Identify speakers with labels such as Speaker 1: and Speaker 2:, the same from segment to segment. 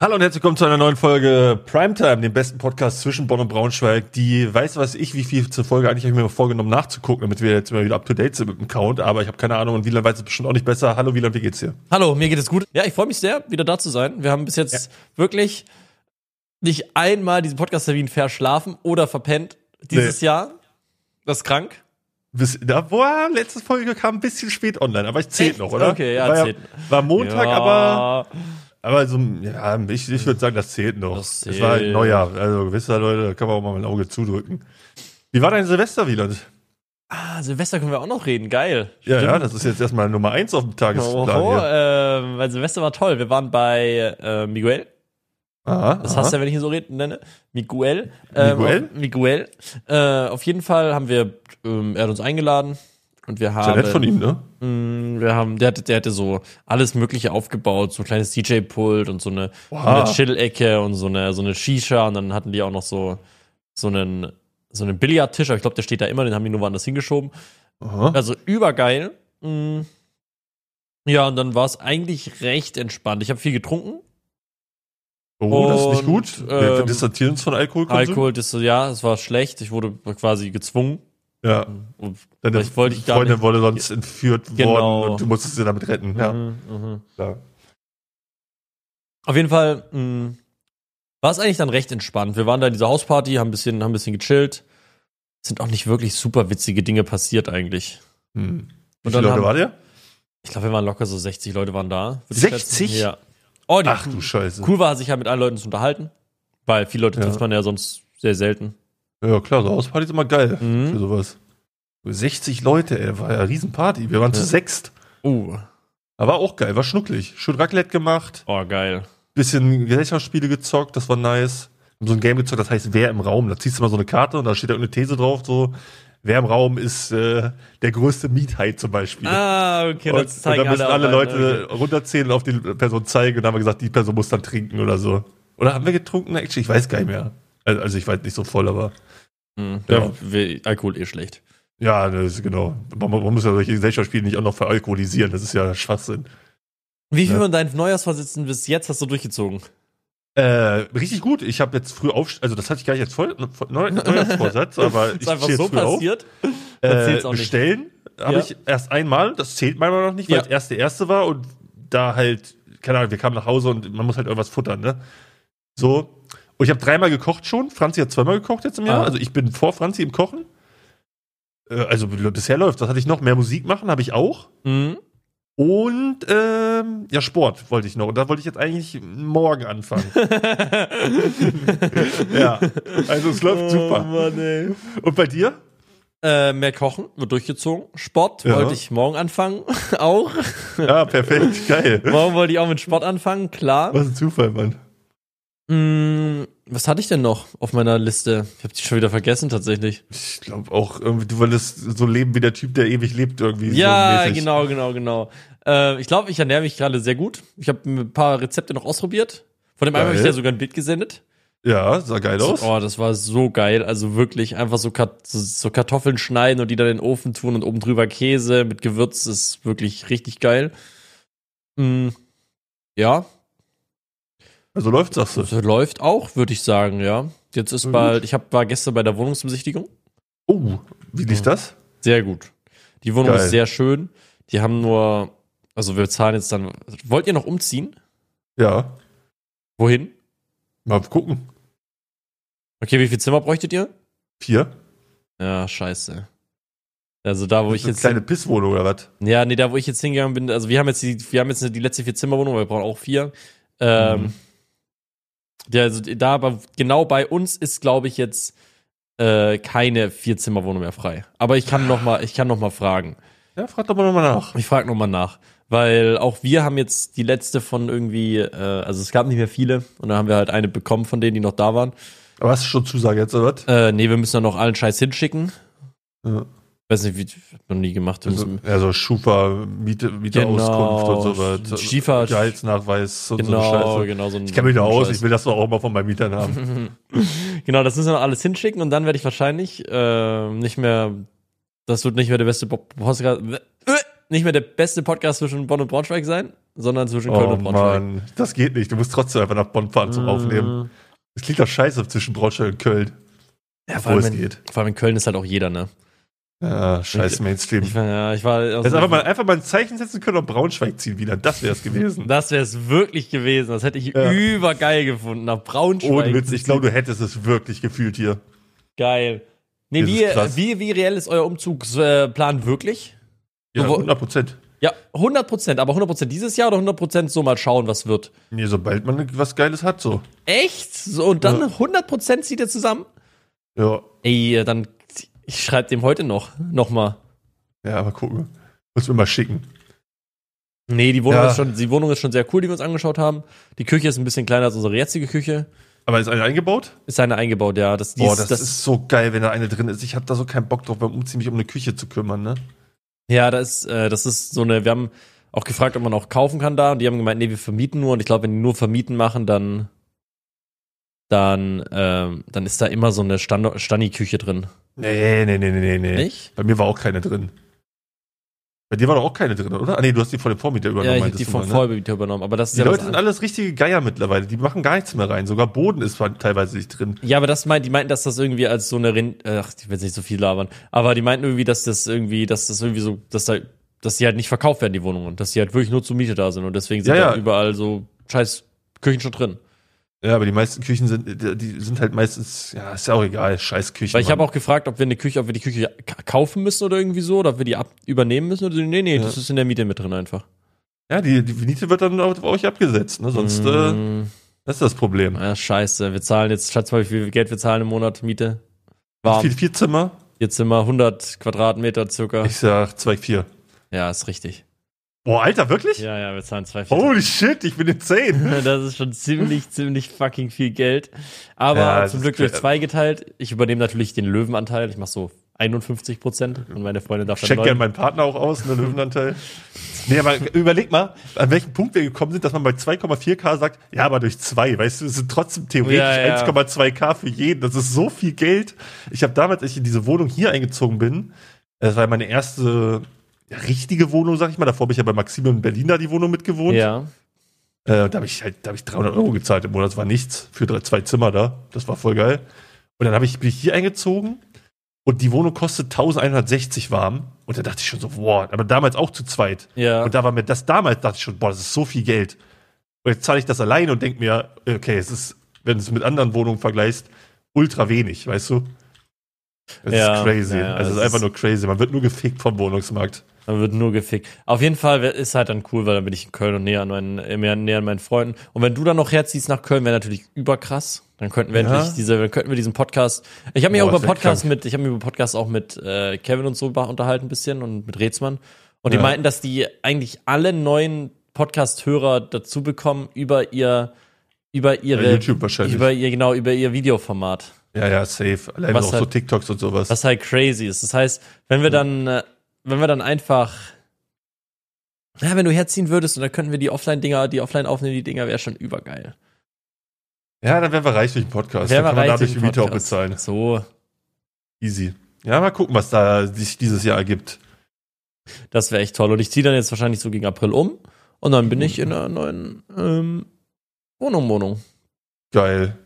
Speaker 1: Hallo und herzlich willkommen zu einer neuen Folge Primetime, dem besten Podcast zwischen Bonn und Braunschweig. Die weiß was ich, wie viel zur Folge eigentlich habe ich mir mal vorgenommen nachzugucken, damit wir jetzt mal wieder up to date sind mit dem Count, aber ich habe keine Ahnung und Wieland weiß es bestimmt auch nicht besser. Hallo Wieland, wie geht's dir?
Speaker 2: Hallo, mir geht es gut. Ja, ich freue mich sehr, wieder da zu sein. Wir haben bis jetzt wirklich nicht einmal diesen Podcast-Termin verschlafen oder verpennt dieses Jahr. Das ist krank.
Speaker 1: Bis, da war letzte Folge kam ein bisschen spät online, aber ich zählt
Speaker 2: Echt?
Speaker 1: noch, oder?
Speaker 2: Okay, ja,
Speaker 1: war,
Speaker 2: zählt.
Speaker 1: war Montag,
Speaker 2: Ja,
Speaker 1: aber aber so ja, ich, ich würde sagen, das zählt noch.
Speaker 2: Das
Speaker 1: Es war halt
Speaker 2: zählt.
Speaker 1: Neujahr, also gewisse Leute, da kann man auch mal ein Auge zudrücken. Wie war dein Silvester, Wieland?
Speaker 2: Ah, Silvester können wir auch noch reden. Geil.
Speaker 1: Ja, ja, das ist jetzt erstmal Nummer eins auf dem Tagesplan
Speaker 2: Oho,
Speaker 1: hier.
Speaker 2: ähm, weil Silvester war toll. Wir waren bei äh, Miguel.
Speaker 1: Aha,
Speaker 2: Das
Speaker 1: aha.
Speaker 2: hast du ja, wenn ich ihn so reden nenne. Miguel. Ähm,
Speaker 1: Miguel?
Speaker 2: auf- Miguel. Äh, auf jeden Fall haben wir, ähm, er hat uns eingeladen und wir
Speaker 1: Sehr
Speaker 2: haben.
Speaker 1: nett von ihm, ne?
Speaker 2: Mm, Wir haben, der hatte, der hatte so alles Mögliche aufgebaut, so ein kleines DJ-Pult und so eine,
Speaker 1: Wow.
Speaker 2: so eine Chill-Ecke und so eine, so eine Shisha und dann hatten die auch noch so, so einen, so einen Billardtisch, aber ich glaube, der steht da immer, den haben die nur woanders hingeschoben.
Speaker 1: Aha.
Speaker 2: Also übergeil. Mm. Ja, und dann war es eigentlich recht entspannt. Ich habe viel getrunken.
Speaker 1: Oh, das ist nicht gut.
Speaker 2: Und,
Speaker 1: wir
Speaker 2: ähm,
Speaker 1: distanzieren uns von Alkoholkonsum.
Speaker 2: Alkohol, das, ja, es war schlecht. Ich wurde quasi gezwungen.
Speaker 1: Ja,
Speaker 2: Und-
Speaker 1: deine
Speaker 2: Ich wollte ich gar
Speaker 1: Freundin
Speaker 2: nicht-
Speaker 1: wurde sonst entführt
Speaker 2: Genau.
Speaker 1: worden und du musstest sie damit retten. Ja,
Speaker 2: Mhm, mhm.
Speaker 1: klar.
Speaker 2: Auf jeden Fall mh, war es eigentlich dann recht entspannt. Wir waren da in dieser Hausparty, haben ein bisschen, haben ein bisschen gechillt. Es sind auch nicht wirklich super witzige Dinge passiert eigentlich.
Speaker 1: Hm. Wie
Speaker 2: Und
Speaker 1: viele
Speaker 2: dann
Speaker 1: Leute
Speaker 2: haben-
Speaker 1: war der?
Speaker 2: Ich glaube, wir waren locker so 60 Leute waren da. würd ich
Speaker 1: 60?
Speaker 2: schätzen. Ja. Oh, die,
Speaker 1: Ach du Scheiße.
Speaker 2: cool war, sich halt mit allen Leuten zu unterhalten, weil viele Leute
Speaker 1: Ja.
Speaker 2: trifft man ja sonst sehr selten.
Speaker 1: Ja, klar, so Hausparty ist immer geil
Speaker 2: Mhm.
Speaker 1: für sowas. 60 Leute, ey, war ja eine Riesenparty. Wir waren zu
Speaker 2: Ja.
Speaker 1: sechst. Oh.
Speaker 2: Uh,
Speaker 1: Aber auch geil, war schnucklig. Schön Raclette gemacht,
Speaker 2: oh geil.
Speaker 1: bisschen Gesellschaftsspiele gezockt, das war nice. Haben so ein Game gezockt, das heißt Wer im Raum. Da ziehst du mal so eine Karte und da steht da irgendeine These drauf, so Wer im Raum ist äh, der größte Miethai zum Beispiel.
Speaker 2: Ah, okay,
Speaker 1: Und,
Speaker 2: das
Speaker 1: und
Speaker 2: zeigen
Speaker 1: dann müssen alle,
Speaker 2: alle auf einen,
Speaker 1: Leute runterzählen und auf die Person zeigen. Und dann haben wir gesagt, die Person muss dann trinken oder so. Oder haben wir getrunken? Actually, ich weiß gar nicht mehr. Also, also ich war jetzt nicht so voll, aber
Speaker 2: okay. Mhm,
Speaker 1: Ja.
Speaker 2: ja. wir- Alkohol eh schlecht.
Speaker 1: ja, das ist genau. Man, man muss ja solche Gesellschaftsspiele nicht auch noch veralkoholisieren. Das ist ja Schwachsinn.
Speaker 2: Wie viel
Speaker 1: Ja.
Speaker 2: von deinen Neujahrsvorsitzenden bis jetzt hast du durchgezogen?
Speaker 1: Äh, richtig gut. Ich habe jetzt früh auf, also das hatte ich gar nicht jetzt voll, neu, Neujahrsvorsatz, aber ich
Speaker 2: Ist einfach
Speaker 1: stehe jetzt
Speaker 2: so
Speaker 1: früh auf.
Speaker 2: passiert. Dann
Speaker 1: Äh,
Speaker 2: zählt's auch nicht.
Speaker 1: bestellen habe
Speaker 2: Ja.
Speaker 1: ich erst einmal, das zählt meiner Meinung nach nicht, weil
Speaker 2: Ja.
Speaker 1: es erst der erste war und da halt, keine Ahnung, wir kamen nach Hause und man muss halt irgendwas futtern, ne? So. Und ich habe dreimal gekocht schon. Franzi hat zweimal gekocht jetzt im Jahr.
Speaker 2: Ah.
Speaker 1: Also ich bin vor Franzi im Kochen. Äh, also l- bisher läuft. Was hatte ich noch? Mehr Musik machen habe ich auch.
Speaker 2: Mhm.
Speaker 1: Und ähm, ja, Sport wollte ich noch. Und da wollte ich jetzt eigentlich morgen anfangen. ja. Also es läuft
Speaker 2: Oh,
Speaker 1: super. Und bei dir?
Speaker 2: Äh, mehr kochen, wird durchgezogen. Sport
Speaker 1: Ja.
Speaker 2: wollte ich morgen anfangen. auch.
Speaker 1: Ja, Ah, perfekt. Geil.
Speaker 2: Morgen wollte ich auch mit Sport anfangen, klar.
Speaker 1: Was ein Zufall, Mann.
Speaker 2: Mm, was hatte ich denn noch auf meiner Liste? Ich habe die schon wieder vergessen tatsächlich.
Speaker 1: Ich glaube auch, irgendwie, du wolltest so leben wie der Typ, der ewig lebt, irgendwie. so
Speaker 2: ja,
Speaker 1: mäßig.
Speaker 2: genau, genau, genau. Äh, ich glaube, ich ernähre mich gerade sehr gut. Ich habe ein paar Rezepte noch ausprobiert. Von dem einen habe ich
Speaker 1: Geil.
Speaker 2: dir sogar ein Bild gesendet.
Speaker 1: Ja, sah geil aus.
Speaker 2: Oh, das war so geil. Also wirklich einfach so, Kat so, so Kartoffeln schneiden und die dann in den Ofen tun und oben drüber Käse mit Gewürz ist wirklich richtig geil. Mm, ja,
Speaker 1: Also läuft, sagst du.
Speaker 2: das läuft auch, würde ich sagen, ja. Jetzt ist
Speaker 1: Na
Speaker 2: bald, ich hab, war gestern bei der Wohnungsbesichtigung.
Speaker 1: Oh, wie lief das?
Speaker 2: Sehr gut. Die Wohnung
Speaker 1: Geil.
Speaker 2: ist sehr schön. Die haben nur, also wir zahlen jetzt dann. Wollt ihr noch umziehen?
Speaker 1: Ja,
Speaker 2: Wohin?
Speaker 1: mal gucken.
Speaker 2: Okay, wie viel Zimmer bräuchtet ihr?
Speaker 1: Vier.
Speaker 2: Ja, scheiße. Also da, wo ich
Speaker 1: eine
Speaker 2: jetzt.
Speaker 1: kleine Pisswohnung oder was?
Speaker 2: Ja, nee, da wo ich jetzt hingegangen bin, also wir haben jetzt die, wir haben jetzt die letzte vier Zimmerwohnung, weil wir brauchen auch vier. Ähm,
Speaker 1: Mhm.
Speaker 2: Ja, also da aber genau bei uns ist, glaube ich, jetzt äh, keine Vierzimmerwohnung mehr frei. Aber ich kann noch mal, ich kann noch mal fragen.
Speaker 1: Ja, frag doch mal nochmal nach.
Speaker 2: Ich frage noch mal nach, weil auch wir haben jetzt die letzte von irgendwie, äh, also es gab nicht mehr viele und dann haben wir halt eine bekommen von denen, die noch da waren.
Speaker 1: Aber hast du schon Zusage jetzt, oder was?
Speaker 2: Äh, nee, wir müssen dann noch allen Scheiß hinschicken.
Speaker 1: Ja.
Speaker 2: Weiß nicht, wie hab noch nie gemacht. Wir
Speaker 1: Also,
Speaker 2: müssen-
Speaker 1: also Schufa, Miete,
Speaker 2: Genau.
Speaker 1: Mieterauskunft und so was.
Speaker 2: Schiefer-
Speaker 1: Gehaltsnachweis und so eine
Speaker 2: genau,
Speaker 1: Scheiße.
Speaker 2: genau so ein-
Speaker 1: Ich kenne mich da
Speaker 2: so ein
Speaker 1: aus,
Speaker 2: Scheiß.
Speaker 1: ich will das doch auch mal von meinen Mietern haben.
Speaker 2: genau, das müssen wir noch alles hinschicken und dann äh, werde ich wahrscheinlich ähm, nicht mehr. Das wird nicht mehr der beste Bo- Podcast. nicht mehr der beste Podcast zwischen Bonn und Braunschweig sein, sondern zwischen Köln
Speaker 1: Oh
Speaker 2: und Braunschweig.
Speaker 1: Mann, das geht nicht. Du musst trotzdem einfach nach Bonn fahren zum Aufnehmen. Es klingt doch scheiße zwischen Braunschweig und Köln.
Speaker 2: Ja, vor
Speaker 1: Obwohl
Speaker 2: allem,
Speaker 1: es
Speaker 2: in,
Speaker 1: geht.
Speaker 2: vor allem in Köln ist halt auch jeder, ne?
Speaker 1: Ja, scheiß Mainstream.
Speaker 2: Ich, war- ja, ich war.
Speaker 1: Jetzt einfach mal, einfach mal ein Zeichen setzen können und Braunschweig ziehen wieder. Das wäre es gewesen.
Speaker 2: Das wäre es wirklich gewesen. Das hätte ich
Speaker 1: Ja.
Speaker 2: übergeil gefunden. Nach Braunschweig.
Speaker 1: Ohne Witz,
Speaker 2: zu
Speaker 1: ich glaube, du hättest es wirklich gefühlt hier.
Speaker 2: ziehen. Geil. Nee,
Speaker 1: Das ist
Speaker 2: wie,
Speaker 1: krass.
Speaker 2: wie, wie reell ist euer Umzugsplan wirklich?
Speaker 1: Ja,
Speaker 2: Wo-
Speaker 1: 100 Prozent.
Speaker 2: Ja, 100 Prozent. Aber 100 Prozent dieses Jahr oder 100 Prozent so mal schauen, was wird?
Speaker 1: Nee, sobald man was Geiles hat, so.
Speaker 2: Echt? So, und dann 100 Prozent zieht ihr zusammen?
Speaker 1: Ja,
Speaker 2: Ey, äh, dann. Ich schreibe dem heute noch. Nochmal.
Speaker 1: ja, mal gucken. Muss mir mal schicken.
Speaker 2: Nee, die Wohnung,
Speaker 1: Ja.
Speaker 2: ist schon, die Wohnung ist schon sehr cool, die wir uns angeschaut haben. Die Küche ist ein bisschen kleiner als unsere jetzige Küche.
Speaker 1: Aber ist eine eingebaut?
Speaker 2: Ist eine eingebaut, ja. Das, die
Speaker 1: Boah,
Speaker 2: ist-
Speaker 1: das, ist so geil, wenn da eine drin ist. Ich hab da so keinen Bock drauf, beim Umziehen mich um eine Küche zu kümmern, ne?
Speaker 2: Ja, das, äh, das ist so eine, wir haben auch gefragt, ob man auch kaufen kann da und die haben gemeint, nee, wir vermieten nur und ich glaube, wenn die nur vermieten machen, dann dann, ähm, dann ist da immer so eine Stand Stani-Küche drin.
Speaker 1: Nee, nee, nee, nee, nee, nee.
Speaker 2: Nicht?
Speaker 1: Bei mir war auch keine drin. Bei dir war doch auch keine drin, oder? Ah, nee, du hast die von dem Vormieter
Speaker 2: Ja,
Speaker 1: übernommen.
Speaker 2: ich hab
Speaker 1: meintest
Speaker 2: die
Speaker 1: du
Speaker 2: vom
Speaker 1: mal, ne?
Speaker 2: Vollbieter übernommen, aber das ist
Speaker 1: Die
Speaker 2: ja was
Speaker 1: Leute sind
Speaker 2: an-
Speaker 1: alles richtige Geier mittlerweile. Die machen gar nichts mehr rein. Sogar Boden ist teilweise nicht drin.
Speaker 2: Ja, aber das meint, die meinten, dass das irgendwie als so eine Rind ach, ich will jetzt nicht so viel labern, aber die meinten irgendwie, dass das irgendwie, dass das irgendwie so, dass da, dass die halt nicht verkauft werden, die Wohnungen, dass die halt wirklich nur zur Miete da sind und deswegen sind
Speaker 1: Ja,
Speaker 2: da
Speaker 1: ja.
Speaker 2: überall so scheiß Küchen schon drin.
Speaker 1: Ja, aber die meisten Küchen sind, die- die sind halt meistens, ja, ist ja auch egal, scheiß Küchen.
Speaker 2: Weil ich habe
Speaker 1: Mann.
Speaker 2: auch gefragt, ob wir eine Küche, ob wir die Küche k- kaufen müssen oder irgendwie so, oder ob wir die ab übernehmen müssen. Oder so. Nee, nee,
Speaker 1: Ja.
Speaker 2: das ist in der Miete mit drin einfach.
Speaker 1: Ja, die, die Miete wird dann auf euch abgesetzt, ne? Sonst, äh,
Speaker 2: Mm,
Speaker 1: das ist das Problem.
Speaker 2: ja, scheiße. Wir zahlen jetzt, schätz mal, wie viel Geld wir zahlen im Monat Miete.
Speaker 1: Vier,
Speaker 2: Warm.
Speaker 1: vier Zimmer,
Speaker 2: Jetzt sind wir 100 Quadratmeter circa.
Speaker 1: ich sag zwei, vier.
Speaker 2: Ja, ist richtig.
Speaker 1: Boah, Alter, wirklich?
Speaker 2: Ja, ja, wir zahlen zwei Viertel.
Speaker 1: Holy shit, ich bin in zehn.
Speaker 2: Das ist schon ziemlich, ziemlich fucking viel Geld. Aber
Speaker 1: Ja, das
Speaker 2: zum
Speaker 1: ist
Speaker 2: Glück durch
Speaker 1: klar.
Speaker 2: zwei geteilt. Ich übernehme natürlich den Löwenanteil. Ich mache so 51 Prozent und meine Freundin darf dann
Speaker 1: Check gerne
Speaker 2: neun.
Speaker 1: meinen Partner auch aus, ne, Löwenanteil. Nee, aber überleg mal, an welchem Punkt wir gekommen sind, dass man bei 2,4K sagt, ja, aber durch zwei, weißt du, es sind trotzdem theoretisch
Speaker 2: Ja, ja.
Speaker 1: 1,2K für jeden. Das ist so viel Geld. Ich habe damals, als ich in diese Wohnung hier eingezogen bin, das war meine erste ja, richtige Wohnung, sag ich mal. Davor habe ich ja bei Maximilian in Berlin da die Wohnung mitgewohnt.
Speaker 2: Ja.
Speaker 1: Äh, und da habe ich halt, da habe ich 300 Euro gezahlt im Monat. Das war nichts für drei, zwei Zimmer da. Das war voll geil. Und dann habe ich mich hier eingezogen und die Wohnung kostet 1160 warm. Und da dachte ich schon so, boah, aber damals auch zu zweit.
Speaker 2: Ja.
Speaker 1: Und da war mir das damals, dachte ich schon, boah, das ist so viel Geld. Und jetzt zahle ich das alleine und denke mir, okay, es ist, wenn du es mit anderen Wohnungen vergleichst, ultra wenig, weißt du? Das
Speaker 2: Ja,
Speaker 1: ist crazy.
Speaker 2: ja,
Speaker 1: also es
Speaker 2: es
Speaker 1: ist einfach
Speaker 2: ist-
Speaker 1: nur crazy. Man wird nur gefickt vom Wohnungsmarkt.
Speaker 2: Man wird nur gefickt. Auf jeden Fall wär- ist halt dann cool, weil dann bin ich in Köln und näher an meinen, äh, mehr, näher an meinen Freunden. Und wenn du dann noch herziehst nach Köln, wäre natürlich überkrass. Dann könnten wir
Speaker 1: Ja.
Speaker 2: endlich diese, dann könnten wir diesen Podcast. Ich habe mich
Speaker 1: Boah,
Speaker 2: auch über
Speaker 1: das wär
Speaker 2: Podcast
Speaker 1: krank.
Speaker 2: mit, ich habe mich über Podcast auch mit äh, Kevin und so ba- unterhalten ein bisschen und mit Rezmann. Und die
Speaker 1: Ja.
Speaker 2: meinten, dass die eigentlich alle neuen Podcast-Hörer dazu bekommen über ihr, über ihre,
Speaker 1: Ja, YouTube halt wahrscheinlich.
Speaker 2: über ihr, genau, über ihr Videoformat.
Speaker 1: Ja, ja, safe. Allein
Speaker 2: Was
Speaker 1: noch so
Speaker 2: halt-
Speaker 1: TikToks und sowas.
Speaker 2: Was halt crazy ist. Das heißt, wenn wir dann, äh, wenn wir dann einfach, ja, wenn du herziehen würdest und dann könnten wir die Offline-Dinger, die offline aufnehmen, die Dinger wäre schon übergeil.
Speaker 1: Ja, dann wären wir reich durch den Podcast.
Speaker 2: Wären
Speaker 1: Dann kann
Speaker 2: wir
Speaker 1: man
Speaker 2: reich
Speaker 1: dadurch
Speaker 2: durch
Speaker 1: die
Speaker 2: den
Speaker 1: Miete auch
Speaker 2: Podcast.
Speaker 1: bezahlen.
Speaker 2: So,
Speaker 1: Easy. Ja, mal gucken, was da sich dieses Jahr ergibt.
Speaker 2: das wäre echt toll. Und ich ziehe dann jetzt wahrscheinlich so gegen April um und dann
Speaker 1: Mhm.
Speaker 2: bin ich in einer neuen ähm, Wohnung, Wohnung.
Speaker 1: Geil.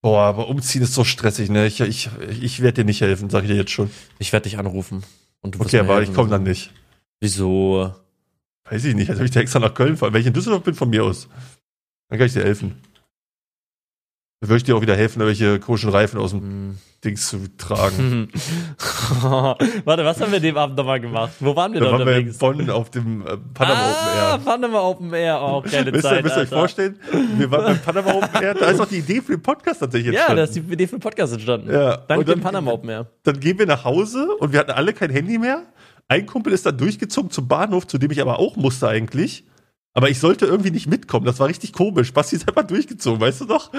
Speaker 1: Boah, aber umziehen ist so stressig, ne? Ich, ich, ich werde dir nicht helfen, sag ich dir jetzt schon.
Speaker 2: Ich werde dich anrufen. Und du wirst
Speaker 1: Okay,
Speaker 2: mir
Speaker 1: aber ich
Speaker 2: helfen.
Speaker 1: komme dann nicht.
Speaker 2: Wieso?
Speaker 1: Weiß ich nicht, also bin ich da extra nach Köln fahren. Wenn ich in Düsseldorf bin, von mir aus. Dann kann ich dir helfen. Dann würde ich dir auch wieder helfen, irgendwelche komischen Reifen aus dem
Speaker 2: Hm.
Speaker 1: Dings zu tragen.
Speaker 2: Hm. Warte, was haben wir dem Abend nochmal gemacht? Wo waren wir
Speaker 1: Da
Speaker 2: da
Speaker 1: waren wir in
Speaker 2: unterwegs?
Speaker 1: Bonn auf dem äh, Panama
Speaker 2: ah,
Speaker 1: Open Air.
Speaker 2: Panama Open Air. Oh, keine
Speaker 1: Müsst ihr,
Speaker 2: Zeit,
Speaker 1: müsst ihr euch
Speaker 2: Alter.
Speaker 1: vorstellen, wir waren beim Panama Open Air, da ist auch die Idee für den Podcast tatsächlich
Speaker 2: Ja,
Speaker 1: entstanden.
Speaker 2: da ist die Idee für den Podcast entstanden.
Speaker 1: Ja,
Speaker 2: Dank
Speaker 1: und
Speaker 2: dem
Speaker 1: dann-
Speaker 2: Panama Open Air.
Speaker 1: dann gehen wir nach Hause und wir hatten alle kein Handy mehr. Ein Kumpel ist dann durchgezogen zum Bahnhof, zu dem ich aber auch musste eigentlich. Aber ich sollte irgendwie nicht mitkommen. Das war richtig komisch. Basti ist einfach durchgezogen, weißt du noch?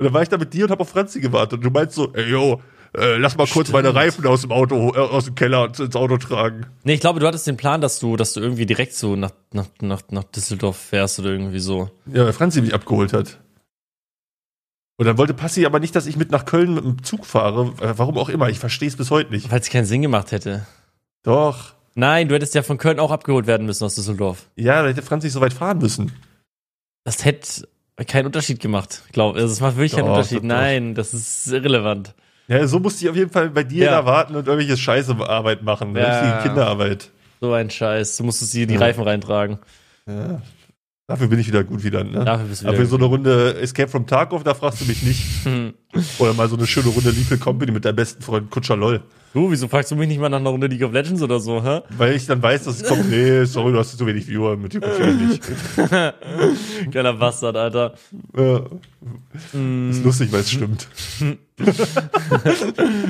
Speaker 1: Und dann war ich da mit dir und hab auf Franzi gewartet. Und du meinst so, ey, yo, äh, lass mal kurz meine Reifen aus dem Auto, äh, aus dem Keller ins- ins Auto tragen.
Speaker 2: Nee, ich glaube, du hattest den Plan, dass du, dass du irgendwie direkt so nach, nach, nach, nach Düsseldorf fährst oder irgendwie so.
Speaker 1: Ja, weil Franzi mich abgeholt hat. Und dann wollte Passi aber nicht, dass ich mit nach Köln mit dem Zug fahre. Äh, Warum auch immer. Ich verstehe es bis heute nicht.
Speaker 2: Weil es keinen Sinn gemacht hätte.
Speaker 1: Doch.
Speaker 2: Nein, du hättest ja von Köln auch abgeholt werden müssen aus Düsseldorf.
Speaker 1: Ja, da hätte Franz nicht so weit fahren müssen.
Speaker 2: Das hätte keinen Unterschied gemacht, glaube ich. Also, es macht wirklich keinen
Speaker 1: Doch,
Speaker 2: Unterschied.
Speaker 1: doch, doch.
Speaker 2: Nein, das ist irrelevant.
Speaker 1: Ja, so musste ich auf jeden Fall bei dir
Speaker 2: Ja.
Speaker 1: da warten und irgendwelche Scheiße Arbeit machen. ne?
Speaker 2: Ja.
Speaker 1: Richtige Kinderarbeit.
Speaker 2: So ein Scheiß. Du musstest dir die
Speaker 1: Ja.
Speaker 2: Reifen reintragen.
Speaker 1: Ja. Dafür bin ich wieder gut wieder, ne?
Speaker 2: Dafür bist du wieder
Speaker 1: Aber für
Speaker 2: gut
Speaker 1: so eine Runde Escape from Tarkov, da fragst du mich nicht.
Speaker 2: Hm.
Speaker 1: Oder mal so eine schöne Runde Lethal Company mit deinem besten Freund Kutscher LOL.
Speaker 2: Du, wieso fragst du mich nicht mal nach einer Runde League of Legends oder so, hä?
Speaker 1: Weil ich dann weiß, dass es kommt, nee, sorry, du hast zu wenig Viewer, mit dir kutsche ich halt nicht.
Speaker 2: Kleiner Bastard, Alter.
Speaker 1: Ja.
Speaker 2: Hm.
Speaker 1: Ist lustig, weil es stimmt.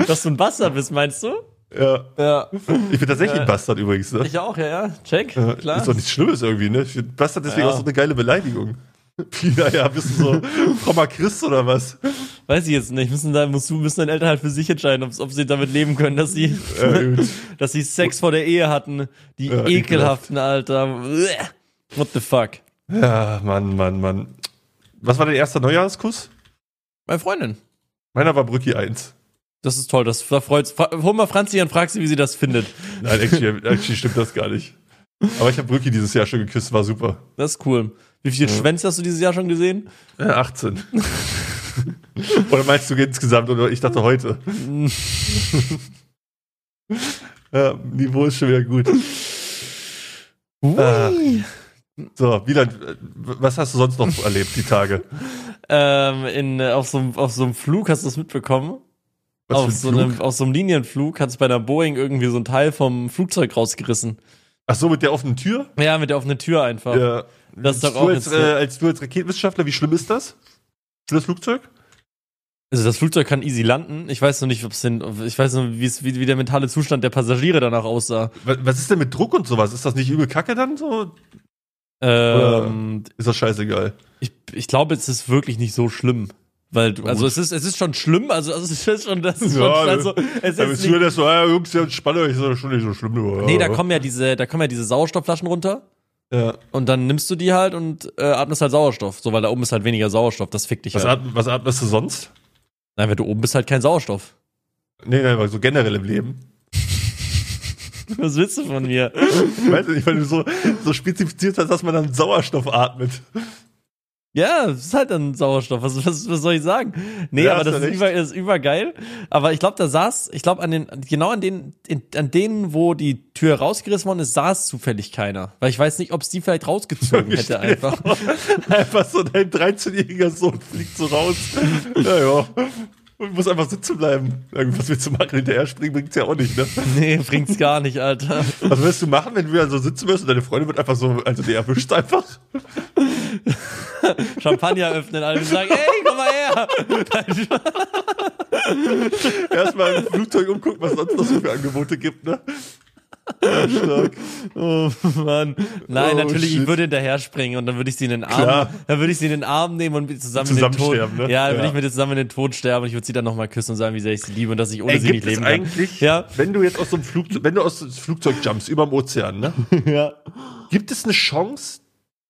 Speaker 2: Dass du ein Bastard bist, meinst du?
Speaker 1: Ja.
Speaker 2: Ja.
Speaker 1: Ich bin tatsächlich ein Bastard übrigens, ne?
Speaker 2: Ich auch, ja, ja. Check,
Speaker 1: Ja,
Speaker 2: klar.
Speaker 1: Ist doch nichts Schlimmes irgendwie, ne? Ich find Bastard deswegen
Speaker 2: Ja.
Speaker 1: auch so eine geile Beleidigung. Pina, ja, bist du so frommer Christ oder was?
Speaker 2: Weiß ich jetzt nicht. Müssen, da, musst du, müssen deine Eltern halt für sich entscheiden, ob, ob sie damit leben können, dass sie,
Speaker 1: Äh, gut.
Speaker 2: dass sie Sex vor der Ehe hatten. Die
Speaker 1: Ja,
Speaker 2: ekelhaften, Alter. What the fuck?
Speaker 1: ja, Mann, Mann, Mann. Was war dein erster Neujahrskuss?
Speaker 2: Meine Freundin.
Speaker 1: Meiner war Brücki 1.
Speaker 2: Das ist toll. Das da freut's. Fra- Hol mal Franzi und frag sie, wie sie das findet.
Speaker 1: Nein, actually, actually stimmt das gar nicht. Aber ich habe Brücki dieses Jahr schon geküsst, war super.
Speaker 2: Das ist cool. Wie viele Schwänze hast du dieses Jahr schon gesehen?
Speaker 1: Äh, 18. oder meinst du insgesamt? Oder ich dachte heute. Ja, Niveau ist schon wieder gut. Ah.
Speaker 2: Ui.
Speaker 1: So, Wieland, äh, was hast du sonst noch erlebt die Tage?
Speaker 2: Ähm, in, äh, auf, so, einem- auf so einem Flug hast du das mitbekommen.
Speaker 1: Was
Speaker 2: auf,
Speaker 1: für ein
Speaker 2: so
Speaker 1: Flug?
Speaker 2: Einem, auf so einem Linienflug hat es bei einer Boeing irgendwie so ein Teil vom Flugzeug rausgerissen.
Speaker 1: Ach so, mit der offenen Tür?
Speaker 2: Ja, mit der offenen Tür einfach.
Speaker 1: Ja.
Speaker 2: Das ist doch
Speaker 1: du
Speaker 2: auch
Speaker 1: als,
Speaker 2: jetzt
Speaker 1: äh,
Speaker 2: eine-
Speaker 1: als du als Raketenwissenschaftler, wie schlimm ist das? Für das Flugzeug?
Speaker 2: Also das Flugzeug kann easy landen. Ich weiß noch nicht, ob's den, ich weiß noch, wie, es- wie, wie der mentale Zustand der Passagiere danach aussah.
Speaker 1: Wa- Was ist denn mit Druck und sowas? Ist das nicht übel Kacke dann so?
Speaker 2: Ähm,
Speaker 1: Ist das scheißegal.
Speaker 2: Ich, ich glaube, es ist wirklich nicht so schlimm. Weil du, also es ist, es ist schon schlimm, also, also es ist schon, das ist schon,
Speaker 1: Ja,
Speaker 2: also, es
Speaker 1: Da
Speaker 2: ist
Speaker 1: bist du
Speaker 2: nicht,
Speaker 1: das so, ah, Jungs, ja, entspannt euch, ist doch schon nicht so schlimm. Nur,
Speaker 2: Nee, da kommen ja diese, da kommen ja diese Sauerstoffflaschen runter
Speaker 1: Ja.
Speaker 2: und dann nimmst du die halt und äh, atmest halt Sauerstoff. So, weil da oben ist halt weniger Sauerstoff, das fickt dich
Speaker 1: Was,
Speaker 2: halt.
Speaker 1: atm was atmest du sonst?
Speaker 2: Nein, wenn du oben bist, halt kein Sauerstoff.
Speaker 1: Nee, nein, aber so generell im Leben.
Speaker 2: Was willst du von mir?
Speaker 1: Ich weiß nicht, weil du so, so spezifiziert hast, dass man dann Sauerstoff atmet.
Speaker 2: Ja, es ist halt dann Sauerstoff. Was, was, was soll ich sagen? Nee,
Speaker 1: Ja,
Speaker 2: aber
Speaker 1: hast du
Speaker 2: das ist,
Speaker 1: recht.
Speaker 2: über, das ist übergeil. Aber ich glaube, da saß, ich glaube, an den, genau an den, in, an denen, wo die Tür rausgerissen worden ist, saß zufällig keiner. Weil ich weiß nicht, ob es die vielleicht rausgezogen
Speaker 1: Stell
Speaker 2: hätte
Speaker 1: dir
Speaker 2: einfach.
Speaker 1: vor, Einfach so dein 13-jähriger Sohn fliegt so raus. Naja. Und muss einfach sitzen bleiben. Irgendwas willst du machen, hinterher springen, bringt's ja auch nicht, ne?
Speaker 2: Nee, bringt's gar nicht, Alter.
Speaker 1: Was würdest du machen, wenn du dann so sitzen wirst und deine Freundin wird einfach so, also die erwischt einfach?
Speaker 2: Champagner öffnen, alle sagen, ey, komm mal her.
Speaker 1: Erstmal im Flugzeug umgucken, was sonst noch so für Angebote gibt, ne? Ja, stark.
Speaker 2: Oh Mann. Nein,
Speaker 1: Oh,
Speaker 2: natürlich, ich
Speaker 1: shit.
Speaker 2: würde hinterher springen und dann würde ich sie in den Arm,
Speaker 1: Klar.
Speaker 2: dann würde ich sie in den Arm nehmen und mit- zusammen, in
Speaker 1: Zusammen
Speaker 2: den Tod.
Speaker 1: sterben, ne?
Speaker 2: Ja, dann würde
Speaker 1: Ja.
Speaker 2: ich mit ihr zusammen in den Tod sterben und ich würde sie dann nochmal küssen und sagen, wie sehr ich sie liebe und dass ich ohne
Speaker 1: Ey,
Speaker 2: sie
Speaker 1: gibt
Speaker 2: nicht
Speaker 1: es
Speaker 2: leben kann.
Speaker 1: eigentlich,
Speaker 2: Ja.
Speaker 1: wenn du jetzt aus so einem Flugzeug, wenn du aus dem Flugzeug jumpst, überm Ozean, ne?
Speaker 2: Ja.
Speaker 1: Gibt es eine Chance,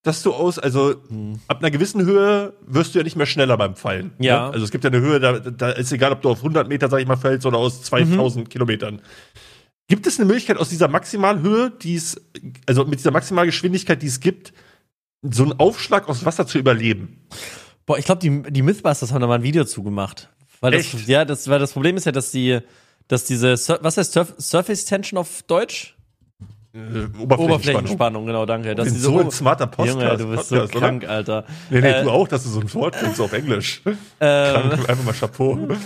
Speaker 1: dass du aus, also
Speaker 2: Hm.
Speaker 1: ab einer gewissen Höhe wirst du ja nicht mehr schneller beim Fallen.
Speaker 2: Ja.
Speaker 1: Ne? Also es gibt ja eine Höhe, da, da ist egal, ob du auf 100 Meter, sag ich mal, fällst oder aus 2000
Speaker 2: Mhm.
Speaker 1: Kilometern. Gibt es eine Möglichkeit, aus dieser Maximalhöhe, die es, also mit dieser Maximalgeschwindigkeit, die es gibt, so einen Aufschlag aus Wasser zu überleben?
Speaker 2: Boah, ich glaube, die, die Mythbusters haben da mal ein Video zu gemacht. Weil das,
Speaker 1: Echt?
Speaker 2: Ja, das, weil das Problem ist ja, dass die, dass diese, Sur was heißt Surf Surface Tension auf Deutsch?
Speaker 1: Äh,
Speaker 2: Oberflächenspannung, genau, danke.
Speaker 1: Ich
Speaker 2: Dass
Speaker 1: bin
Speaker 2: diese
Speaker 1: so
Speaker 2: Ober-
Speaker 1: ein smarter Podcast.
Speaker 2: Junge, du bist so
Speaker 1: Podcast, oder?
Speaker 2: krank, Alter.
Speaker 1: Nee, nee,
Speaker 2: Äh,
Speaker 1: du auch, dass du so ein Wort findest auf Englisch.
Speaker 2: Ähm,
Speaker 1: Krank, einfach mal Chapeau.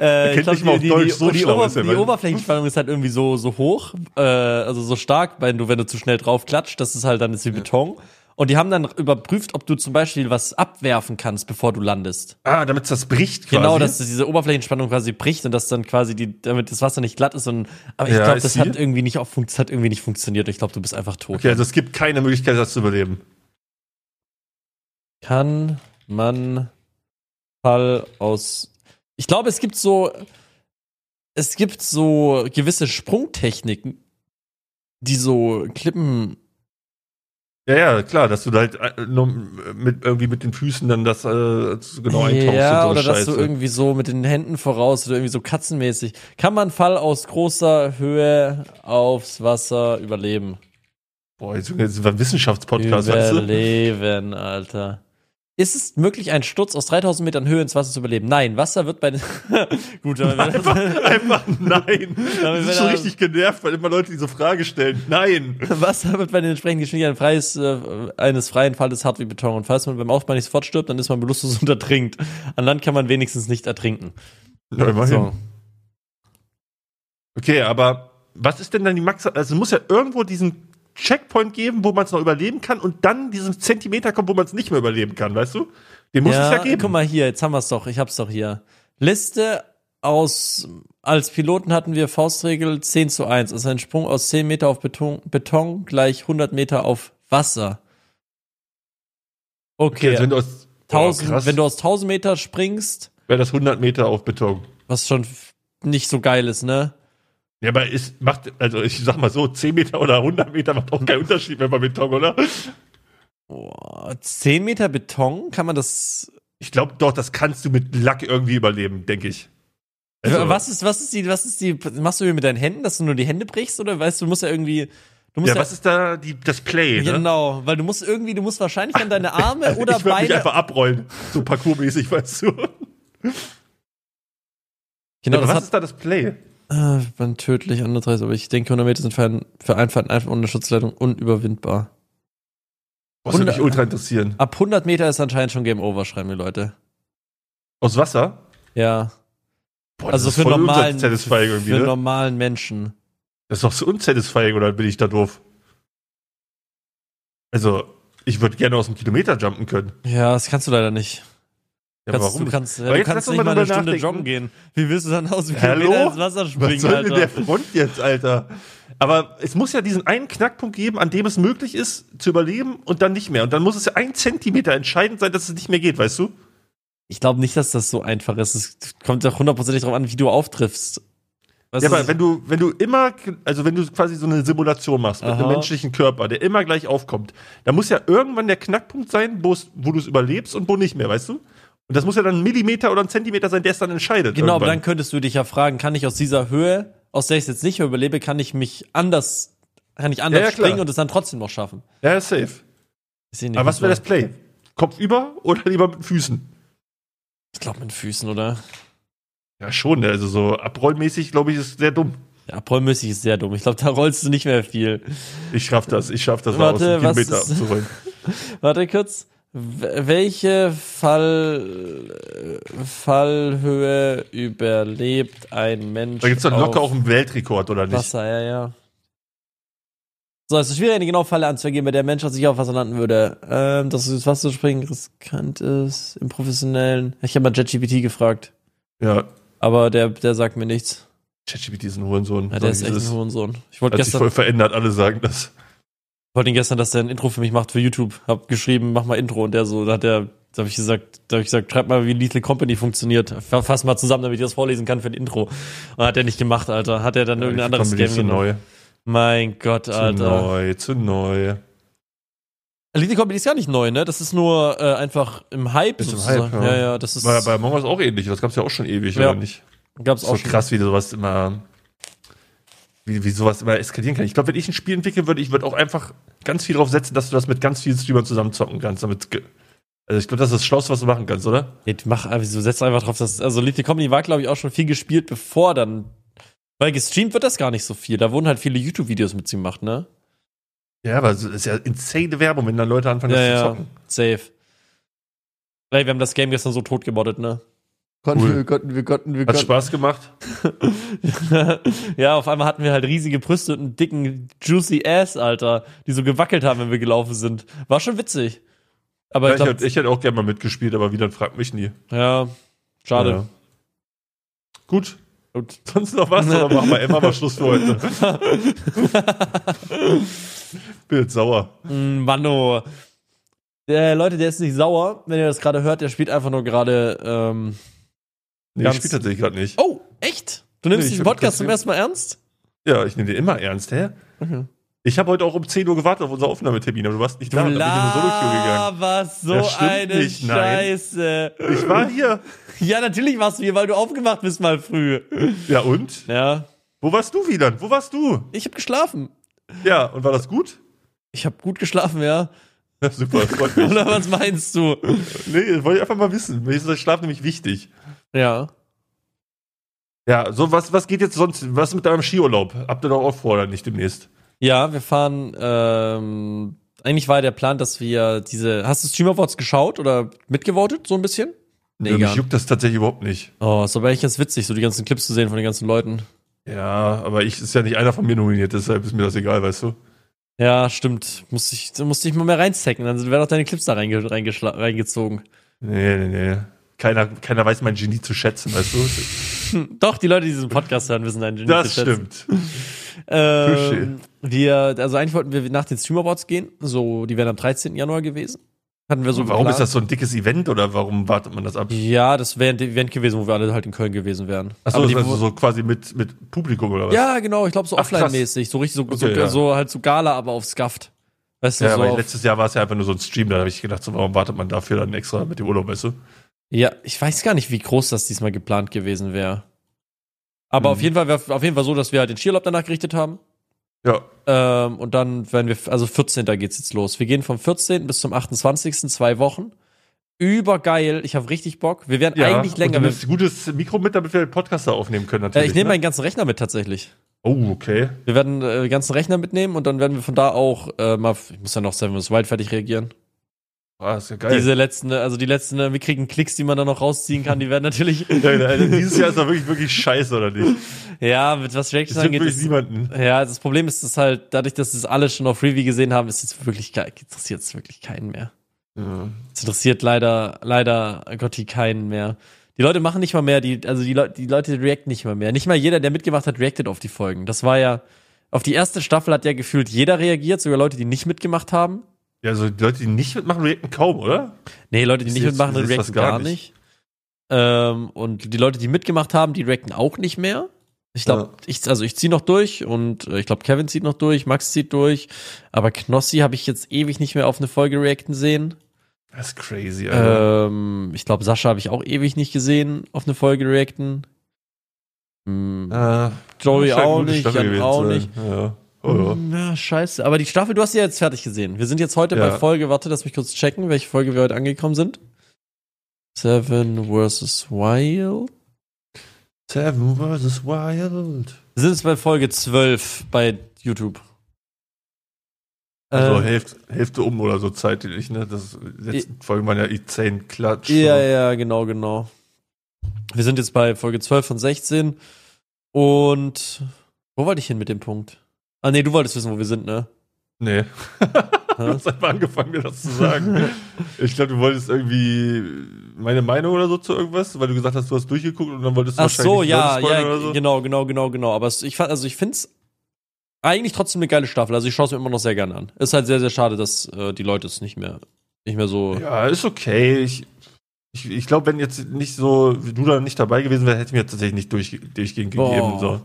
Speaker 2: Äh, ich
Speaker 1: kennt
Speaker 2: glaub,
Speaker 1: nicht mal auf
Speaker 2: die,
Speaker 1: Deutsch,
Speaker 2: die,
Speaker 1: so
Speaker 2: die,
Speaker 1: schlau
Speaker 2: Ober
Speaker 1: ist er,
Speaker 2: die
Speaker 1: weil-
Speaker 2: Oberflächenspannung ist halt irgendwie so, so hoch, äh, also so stark, wenn du, wenn du zu schnell drauf klatscht, das ist halt dann ist wie Beton. Und die haben dann überprüft, ob du zum Beispiel was abwerfen kannst, bevor du landest.
Speaker 1: Ah, damit das bricht quasi.
Speaker 2: Genau, dass diese Oberflächenspannung quasi bricht und dass dann quasi die, damit das Wasser nicht glatt ist. Und, aber ich
Speaker 1: Ja,
Speaker 2: glaube,
Speaker 1: ich
Speaker 2: das
Speaker 1: sehe.
Speaker 2: hat irgendwie nicht auch funkt- das hat irgendwie nicht funktioniert. Ich glaube, du bist einfach tot.
Speaker 1: Okay, also es gibt keine Möglichkeit, das zu überleben.
Speaker 2: Kann man Fall aus. Ich glaube, es gibt so. Es gibt so gewisse Sprungtechniken, die so Klippen
Speaker 1: Ja, ja, klar, dass du da halt äh, nur mit, irgendwie mit den Füßen dann das äh, zu- genau eintauchst.
Speaker 2: ja,
Speaker 1: und
Speaker 2: oder
Speaker 1: so
Speaker 2: dass du
Speaker 1: Scheiße.
Speaker 2: irgendwie so mit den Händen voraus oder irgendwie so katzenmäßig. Kann man Fall aus großer Höhe aufs Wasser überleben?
Speaker 1: Boah, jetzt Junge, das war ein Wissenschaftspodcast, weißt du?
Speaker 2: überleben, Alter. Ist es möglich, einen Sturz aus 3000 Metern Höhe ins Wasser zu überleben? Nein, Wasser wird bei den. Gut, damit
Speaker 1: Einfach,
Speaker 2: wäre
Speaker 1: einfach nein. Das
Speaker 2: wenn
Speaker 1: ist schon
Speaker 2: er-
Speaker 1: richtig genervt, weil immer Leute diese Frage stellen. Nein.
Speaker 2: das Wasser wird bei den entsprechenden Geschwindigkeiten freies, äh, eines freien Falles hart wie Beton. Und falls man beim Aufprall nicht sofort stirbt, dann ist man bewusstlos und ertrinkt. An Land kann man wenigstens nicht ertrinken.
Speaker 1: Ja, immerhin.
Speaker 2: So.
Speaker 1: Okay, aber was ist denn dann die Max? Also es muss ja irgendwo diesen Checkpoint geben, wo man es noch überleben kann und dann diesen Zentimeter kommt, wo man es nicht mehr überleben kann, weißt du? Den muss
Speaker 2: ja,
Speaker 1: es ja geben.
Speaker 2: Guck mal hier, jetzt haben wir es doch. Ich hab's doch hier. Liste aus, als Piloten hatten wir Faustregel 10 zu 1. Also ein Sprung aus 10 Meter auf Beton, Beton gleich 100 Meter auf Wasser.
Speaker 1: Okay,
Speaker 2: Okay,
Speaker 1: also wenn du aus oh,
Speaker 2: 1000,
Speaker 1: krass,
Speaker 2: wenn du aus 1000 Meter springst,
Speaker 1: wäre das 100 Meter auf Beton.
Speaker 2: was schon f- nicht so geil ist, ne?
Speaker 1: Ja, aber es macht, also ich sag mal so, 10 Meter oder 100 Meter macht auch keinen Unterschied mehr bei Beton, oder?
Speaker 2: Boah, 10 Meter Beton, kann man das.
Speaker 1: Ich glaube doch, das kannst du mit Lack irgendwie überleben, denke ich. Also-
Speaker 2: was ist, was ist die, was ist die, machst du hier mit deinen Händen, dass du nur die Hände brichst oder weißt du, du musst ja irgendwie, du musst
Speaker 1: Ja, was ist da die, das Play? Ne?
Speaker 2: Genau, weil du musst irgendwie, du musst wahrscheinlich an deine Arme
Speaker 1: Also
Speaker 2: oder
Speaker 1: ich würde mich
Speaker 2: Beine.
Speaker 1: einfach abrollen, so parkourmäßig, weißt du.
Speaker 2: Genau,
Speaker 1: aber
Speaker 2: das
Speaker 1: was
Speaker 2: hat
Speaker 1: ist da das Play?
Speaker 2: äh, man tödlich andererseits, aber ich denke, 100 Meter sind für einen, für einen Verein einfach ohne Schutzleitung unüberwindbar.
Speaker 1: Was würde mich
Speaker 2: Hundert-
Speaker 1: ultra interessieren.
Speaker 2: Ab 100 Meter ist anscheinend schon Game Over, schreiben die Leute.
Speaker 1: Aus Wasser?
Speaker 2: Ja,
Speaker 1: Boah,
Speaker 2: also
Speaker 1: ist
Speaker 2: für
Speaker 1: voll
Speaker 2: normalen,
Speaker 1: unsatisfying irgendwie,
Speaker 2: für
Speaker 1: ne?
Speaker 2: normalen Menschen.
Speaker 1: Das ist doch so unsatisfying, oder bin ich da doof? Also, ich würde gerne aus dem Kilometer jumpen können.
Speaker 2: Ja, das kannst du leider nicht.
Speaker 1: Ja,
Speaker 2: kannst,
Speaker 1: warum?
Speaker 2: Du
Speaker 1: nicht?
Speaker 2: kannst, äh,
Speaker 1: Aber
Speaker 2: du
Speaker 1: jetzt
Speaker 2: kannst
Speaker 1: lass uns mal
Speaker 2: nicht mal eine
Speaker 1: drüber
Speaker 2: Stunde
Speaker 1: nachdenken.
Speaker 2: joggen gehen. Wie willst du dann aus dem
Speaker 1: Hallo?
Speaker 2: Kilometer ins Wasser
Speaker 1: Was
Speaker 2: springen,
Speaker 1: soll denn der
Speaker 2: Alter?
Speaker 1: Front jetzt, Alter? Aber es muss ja diesen einen Knackpunkt geben, an dem es möglich ist, zu überleben und dann nicht mehr. Und dann muss es ja ein Zentimeter entscheidend sein, dass es nicht mehr geht, weißt du?
Speaker 2: Ich glaube nicht, dass das so einfach ist. Es kommt doch hundertprozentig drauf an, wie du auftriffst. Weißt
Speaker 1: ja,
Speaker 2: du,
Speaker 1: aber wenn du, wenn du immer, also wenn du quasi so eine Simulation machst mit
Speaker 2: Aha.
Speaker 1: einem menschlichen Körper, der immer gleich aufkommt, dann muss ja irgendwann der Knackpunkt sein, wo es- wo du es überlebst und wo nicht mehr, weißt du? Und das muss ja dann ein Millimeter oder ein Zentimeter sein, der es dann entscheidet.
Speaker 2: Genau, aber
Speaker 1: irgendwann.
Speaker 2: dann könntest du dich ja fragen, kann ich aus dieser Höhe, aus der ich jetzt nicht mehr überlebe, kann ich mich anders, kann ich anders
Speaker 1: Ja, ja, klar.
Speaker 2: springen und es dann trotzdem noch schaffen?
Speaker 1: Ja, ist safe.
Speaker 2: Ich sehe nicht,
Speaker 1: Aber was wäre das
Speaker 2: so.
Speaker 1: Play? Kopf über oder lieber mit den Füßen?
Speaker 2: Ich glaube mit den Füßen, oder?
Speaker 1: Ja, schon. Also so abrollmäßig, glaube ich, ist sehr dumm.
Speaker 2: Ja, Prollmüssig ist sehr dumm. Ich glaube, da rollst du nicht mehr viel.
Speaker 1: Ich schaff das, ich schaff das,
Speaker 2: Warte,
Speaker 1: dem
Speaker 2: was
Speaker 1: Kilometer
Speaker 2: ist-
Speaker 1: abzurollen.
Speaker 2: Warte kurz. W- Welche Fall, äh, Fallhöhe überlebt ein Mensch?
Speaker 1: Da gibt's dann
Speaker 2: auf
Speaker 1: locker auch einen Weltrekord, oder nicht?
Speaker 2: Wasser, ja, ja. So, es ist schwierig, eine genaue Falle anzugeben, bei der Mensch sich auf Wasser landen würde. Ähm, dass ins Wasser springen riskant ist, im professionellen. Ich habe mal JetGPT gefragt,
Speaker 1: Ja,
Speaker 2: aber der, der sagt mir nichts.
Speaker 1: ChatGPT ist ein Hurensohn.
Speaker 2: Ja, der ist
Speaker 1: Sag
Speaker 2: echt
Speaker 1: ich,
Speaker 2: ein
Speaker 1: es
Speaker 2: Hurensohn. Ich wollte
Speaker 1: Hat sich
Speaker 2: gestern,
Speaker 1: voll verändert, alle sagen das.
Speaker 2: wollte ihn gestern, dass der ein Intro für mich macht für YouTube. Hab geschrieben, mach mal Intro und der so, da hat der, da habe ich gesagt, da habe ich gesagt, schreib mal, wie Lethal Company funktioniert. Fa- Fass mal zusammen, damit ich das vorlesen kann für ein Intro. Und hat er nicht gemacht, Alter. Hat er dann irgendein
Speaker 1: Komm,
Speaker 2: anderes
Speaker 1: die ist
Speaker 2: Game
Speaker 1: zu
Speaker 2: genommen.
Speaker 1: neu.
Speaker 2: Mein Gott,
Speaker 1: Zu
Speaker 2: Alter.
Speaker 1: neu, zu neu.
Speaker 2: Elite Company ist gar nicht neu, ne? Das ist nur äh, einfach im Hype.
Speaker 1: Ist im
Speaker 2: sozusagen.
Speaker 1: Hype,
Speaker 2: ja.
Speaker 1: ja.
Speaker 2: ja, das ist.
Speaker 1: War ja bei Among Us auch ähnlich, das gab's ja auch schon ewig,
Speaker 2: Ja.
Speaker 1: oder nicht?
Speaker 2: gab's
Speaker 1: Ist so
Speaker 2: auch schon.
Speaker 1: krass, wie sowas immer, wie, wie sowas immer eskalieren kann. Ich glaube, wenn ich ein Spiel entwickeln würde, ich würde auch einfach ganz viel drauf setzen, dass du das mit ganz vielen Streamern zusammenzocken kannst. Damit, ge- also ich glaube, das ist das Schlauste, was du machen kannst, oder?
Speaker 2: Nee, du mach, also setz einfach drauf, dass. Also Elite Company war, glaube ich, auch schon viel gespielt, bevor dann. Weil gestreamt wird das gar nicht so viel. Da wurden halt viele YouTube-Videos mit gemacht, ne?
Speaker 1: Ja, aber es ist ja insane Werbung, wenn dann Leute anfangen, das
Speaker 2: Ja,
Speaker 1: zu
Speaker 2: ja.
Speaker 1: zocken.
Speaker 2: Safe. Ey, wir haben das Game gestern so tot gemoddet, ne?
Speaker 1: Konnten wir,
Speaker 2: konnten, wir konnten, wir
Speaker 1: Hat Spaß gemacht.
Speaker 2: ja, auf einmal hatten wir halt riesige Brüste und einen dicken, juicy Ass, Alter, die so gewackelt haben, wenn wir gelaufen sind. War schon witzig.
Speaker 1: Ja,
Speaker 2: Aber ich
Speaker 1: ich,
Speaker 2: glaube,
Speaker 1: hätte, ich hätte auch gerne mal mitgespielt, aber wie dann fragt mich nie.
Speaker 2: Ja, schade.
Speaker 1: Ja. Gut.
Speaker 2: Gut.
Speaker 1: Sonst noch was? Oder machen wir einfach mal Schluss für heute? Bin jetzt sauer.
Speaker 2: Mm, Mano. Äh, Leute, der ist nicht sauer, wenn ihr das gerade hört, der spielt einfach nur gerade. Ähm
Speaker 1: Nee,
Speaker 2: Ganz-
Speaker 1: ich spiele tatsächlich gerade nicht.
Speaker 2: oh, echt? Du nimmst
Speaker 1: Nee, ich
Speaker 2: diesen
Speaker 1: hab
Speaker 2: Podcast zum
Speaker 1: interessiert.
Speaker 2: ersten Mal ernst?
Speaker 1: Ja, ich nehme den immer ernst, hä?
Speaker 2: Okay.
Speaker 1: Ich habe heute auch um 10 Uhr gewartet auf unser Aufnahmetermin, aber du warst nicht da. Dann bin ich in eine Solo-Queue gegangen.
Speaker 2: was so
Speaker 1: Das stimmt
Speaker 2: eine
Speaker 1: nicht, nein.
Speaker 2: Scheiße.
Speaker 1: Ich war hier.
Speaker 2: Ja, natürlich warst du hier, weil du aufgewacht bist mal früh.
Speaker 1: Ja, und?
Speaker 2: Ja.
Speaker 1: Wo warst du, Wieland? Wo warst du?
Speaker 2: Ich habe geschlafen.
Speaker 1: Ja, und war das gut?
Speaker 2: Ich habe gut geschlafen, ja.
Speaker 1: Ja, super, freut mich.
Speaker 2: Oder was meinst du?
Speaker 1: Nee, das wollte ich einfach mal wissen. Mir ist der Schlaf nämlich wichtig.
Speaker 2: Ja.
Speaker 1: Ja, so was, was geht jetzt sonst? Was mit deinem Skiurlaub? Habt ihr doch auch vor oder nicht demnächst?
Speaker 2: Ja, wir fahren. Ähm, eigentlich war der Plan, dass wir diese. Hast du Stream Awards geschaut oder mitgevotet so ein bisschen?
Speaker 1: Ja,
Speaker 2: gar
Speaker 1: mich juckt das tatsächlich überhaupt nicht.
Speaker 2: Oh, ist aber echt ganz witzig, so die ganzen Clips zu sehen von den ganzen Leuten.
Speaker 1: Ja, aber ich ist ja nicht einer von mir nominiert, deshalb ist mir das egal, weißt du?
Speaker 2: Ja, stimmt. Musste ich, musste ich mal mehr reinstecken, dann werden auch deine Clips da reinge, reingeschla- reingezogen.
Speaker 1: Nee, nee, nee. Keiner, keiner weiß mein Genie zu schätzen, weißt du?
Speaker 2: Hm, Doch, die Leute, die diesen Podcast hören, wissen deinen Genie
Speaker 1: Das
Speaker 2: zu schätzen.
Speaker 1: stimmt.
Speaker 2: Ähm, wir, also eigentlich wollten wir nach den Stream Awards gehen. So, die wären am 13. Januar gewesen. Hatten wir so Hm.
Speaker 1: Warum ist
Speaker 2: geplant.
Speaker 1: das so ein dickes Event oder warum wartet man das ab?
Speaker 2: Ja, das wäre ein Event gewesen, wo wir alle halt in Köln gewesen wären.
Speaker 1: Achso,
Speaker 2: Aber
Speaker 1: das
Speaker 2: die-
Speaker 1: ist also so quasi mit, mit Publikum oder was?
Speaker 2: Ja, genau, ich glaube so
Speaker 1: Ach, krass.
Speaker 2: offline-mäßig, so richtig, so, so,
Speaker 1: Okay, ja.
Speaker 2: so halt so Gala, aber auf Skaft. Weißt du,
Speaker 1: Ja,
Speaker 2: so
Speaker 1: weil
Speaker 2: auf,
Speaker 1: letztes Jahr war es ja einfach nur so ein Stream, da habe ich gedacht, so, warum wartet man dafür dann extra mit dem Urlaub, weißt du?
Speaker 2: ja, ich weiß gar nicht, wie groß das diesmal geplant gewesen wäre. Aber
Speaker 1: Mhm.
Speaker 2: auf jeden Fall wäre auf jeden Fall so, dass wir halt den Skiurlaub danach gerichtet haben.
Speaker 1: Ja.
Speaker 2: Ähm, und dann werden wir, also 14. geht's jetzt los. Wir gehen vom 14. bis zum 28. zwei Wochen. Übergeil, ich habe richtig Bock. Wir werden
Speaker 1: ja.
Speaker 2: eigentlich länger.
Speaker 1: Und du
Speaker 2: Wir,
Speaker 1: nimmst ein gutes Mikro mit, damit wir den Podcast da aufnehmen können,
Speaker 2: äh,
Speaker 1: natürlich.
Speaker 2: ich nehme
Speaker 1: ne?
Speaker 2: meinen ganzen Rechner mit tatsächlich.
Speaker 1: Oh, okay.
Speaker 2: Wir werden äh, den ganzen Rechner mitnehmen und dann werden wir von da auch äh, mal, ich muss ja noch Seven vs. Wild fertig reagieren.
Speaker 1: Ah, ist ja geil.
Speaker 2: Diese letzten, äh, also die letzten, äh, wir kriegen Klicks, die man dann noch rausziehen kann, die werden natürlich.
Speaker 1: Ja, ja, also dieses Jahr ist doch wirklich, wirklich scheiße, oder nicht?
Speaker 2: ja, mit was
Speaker 1: Das
Speaker 2: Reaction
Speaker 1: juckt
Speaker 2: angeht.
Speaker 1: wirklich
Speaker 2: Ist,
Speaker 1: niemanden.
Speaker 2: ja, also das Problem ist, dass halt, dadurch, dass es alle schon auf Review gesehen haben, ist jetzt wirklich ge- interessiert es wirklich keinen mehr.
Speaker 1: Ja.
Speaker 2: Es interessiert leider, leider Gotti keinen mehr. Die Leute machen nicht mal mehr, die, also die, Leu die Leute reacten nicht mal mehr. Nicht mal jeder, der mitgemacht hat, reacted auf die Folgen. Das war ja, auf die erste Staffel hat ja gefühlt jeder reagiert, sogar Leute, die nicht mitgemacht haben.
Speaker 1: Ja, also die Leute, die nicht mitmachen, reacten kaum, oder?
Speaker 2: Nee, Leute, die
Speaker 1: Ich
Speaker 2: nicht
Speaker 1: seh's-
Speaker 2: mitmachen,
Speaker 1: ich seh's
Speaker 2: reacten
Speaker 1: fast gar
Speaker 2: gar nicht. Ähm, und die Leute, die mitgemacht haben, die reacten auch nicht mehr. Ich glaube, ich, also ich ziehe noch durch und äh, ich glaube, Kevin zieht noch durch, Max zieht durch, aber Knossi habe ich jetzt ewig nicht mehr auf eine Folge reacten sehen.
Speaker 1: Das ist crazy, Alter.
Speaker 2: Ähm, ich glaube, Sascha habe ich auch ewig nicht gesehen auf eine Folge reacten. Hm,
Speaker 1: Äh,
Speaker 2: Joey
Speaker 1: scheint eine
Speaker 2: auch
Speaker 1: gute
Speaker 2: nicht,
Speaker 1: Staffel
Speaker 2: Jan
Speaker 1: gewesen
Speaker 2: auch
Speaker 1: zu sein.
Speaker 2: nicht.
Speaker 1: Ja. Oh, ja.
Speaker 2: Hm, Ja, scheiße. Aber die Staffel, du hast sie ja jetzt fertig gesehen. Wir sind jetzt heute
Speaker 1: Ja.
Speaker 2: bei Folge, warte, lass mich kurz checken, welche Folge wir heute angekommen sind. Seven vs. Wild.
Speaker 1: Seven vs. Wild.
Speaker 2: Wir sind jetzt bei Folge 12 bei YouTube.
Speaker 1: Also
Speaker 2: Ähm,
Speaker 1: Hälfte, Hälfte um oder so zeitlich, ne? Das die letzten Folgen waren ja E10 Klatsch.
Speaker 2: Ja, ja, genau, genau. Wir sind jetzt bei Folge 12 von 16. Und wo wollte ich hin mit dem Punkt? Ah, nee, du wolltest wissen, wo wir sind, ne?
Speaker 1: Nee. Du hast einfach angefangen, mir das zu sagen. Ich glaube, du wolltest irgendwie meine Meinung oder so zu irgendwas, weil du gesagt hast, du hast durchgeguckt und dann wolltest du
Speaker 2: Ach so,
Speaker 1: wahrscheinlich
Speaker 2: ja,
Speaker 1: Leute spoilern
Speaker 2: ja, genau, genau, genau, genau. Aber es, ich fand, also ich finde es eigentlich trotzdem eine geile Staffel. Also ich schaue es mir immer noch sehr gerne an. Ist halt sehr, sehr schade, dass äh, die Leute es nicht mehr, nicht mehr so.
Speaker 1: Ja, ist okay. Ich, ich, ich glaube, wenn jetzt nicht so, wie du da nicht dabei gewesen wärst, hätte ich mir tatsächlich nicht durch, durchgehend gegeben.
Speaker 2: Boah.
Speaker 1: So.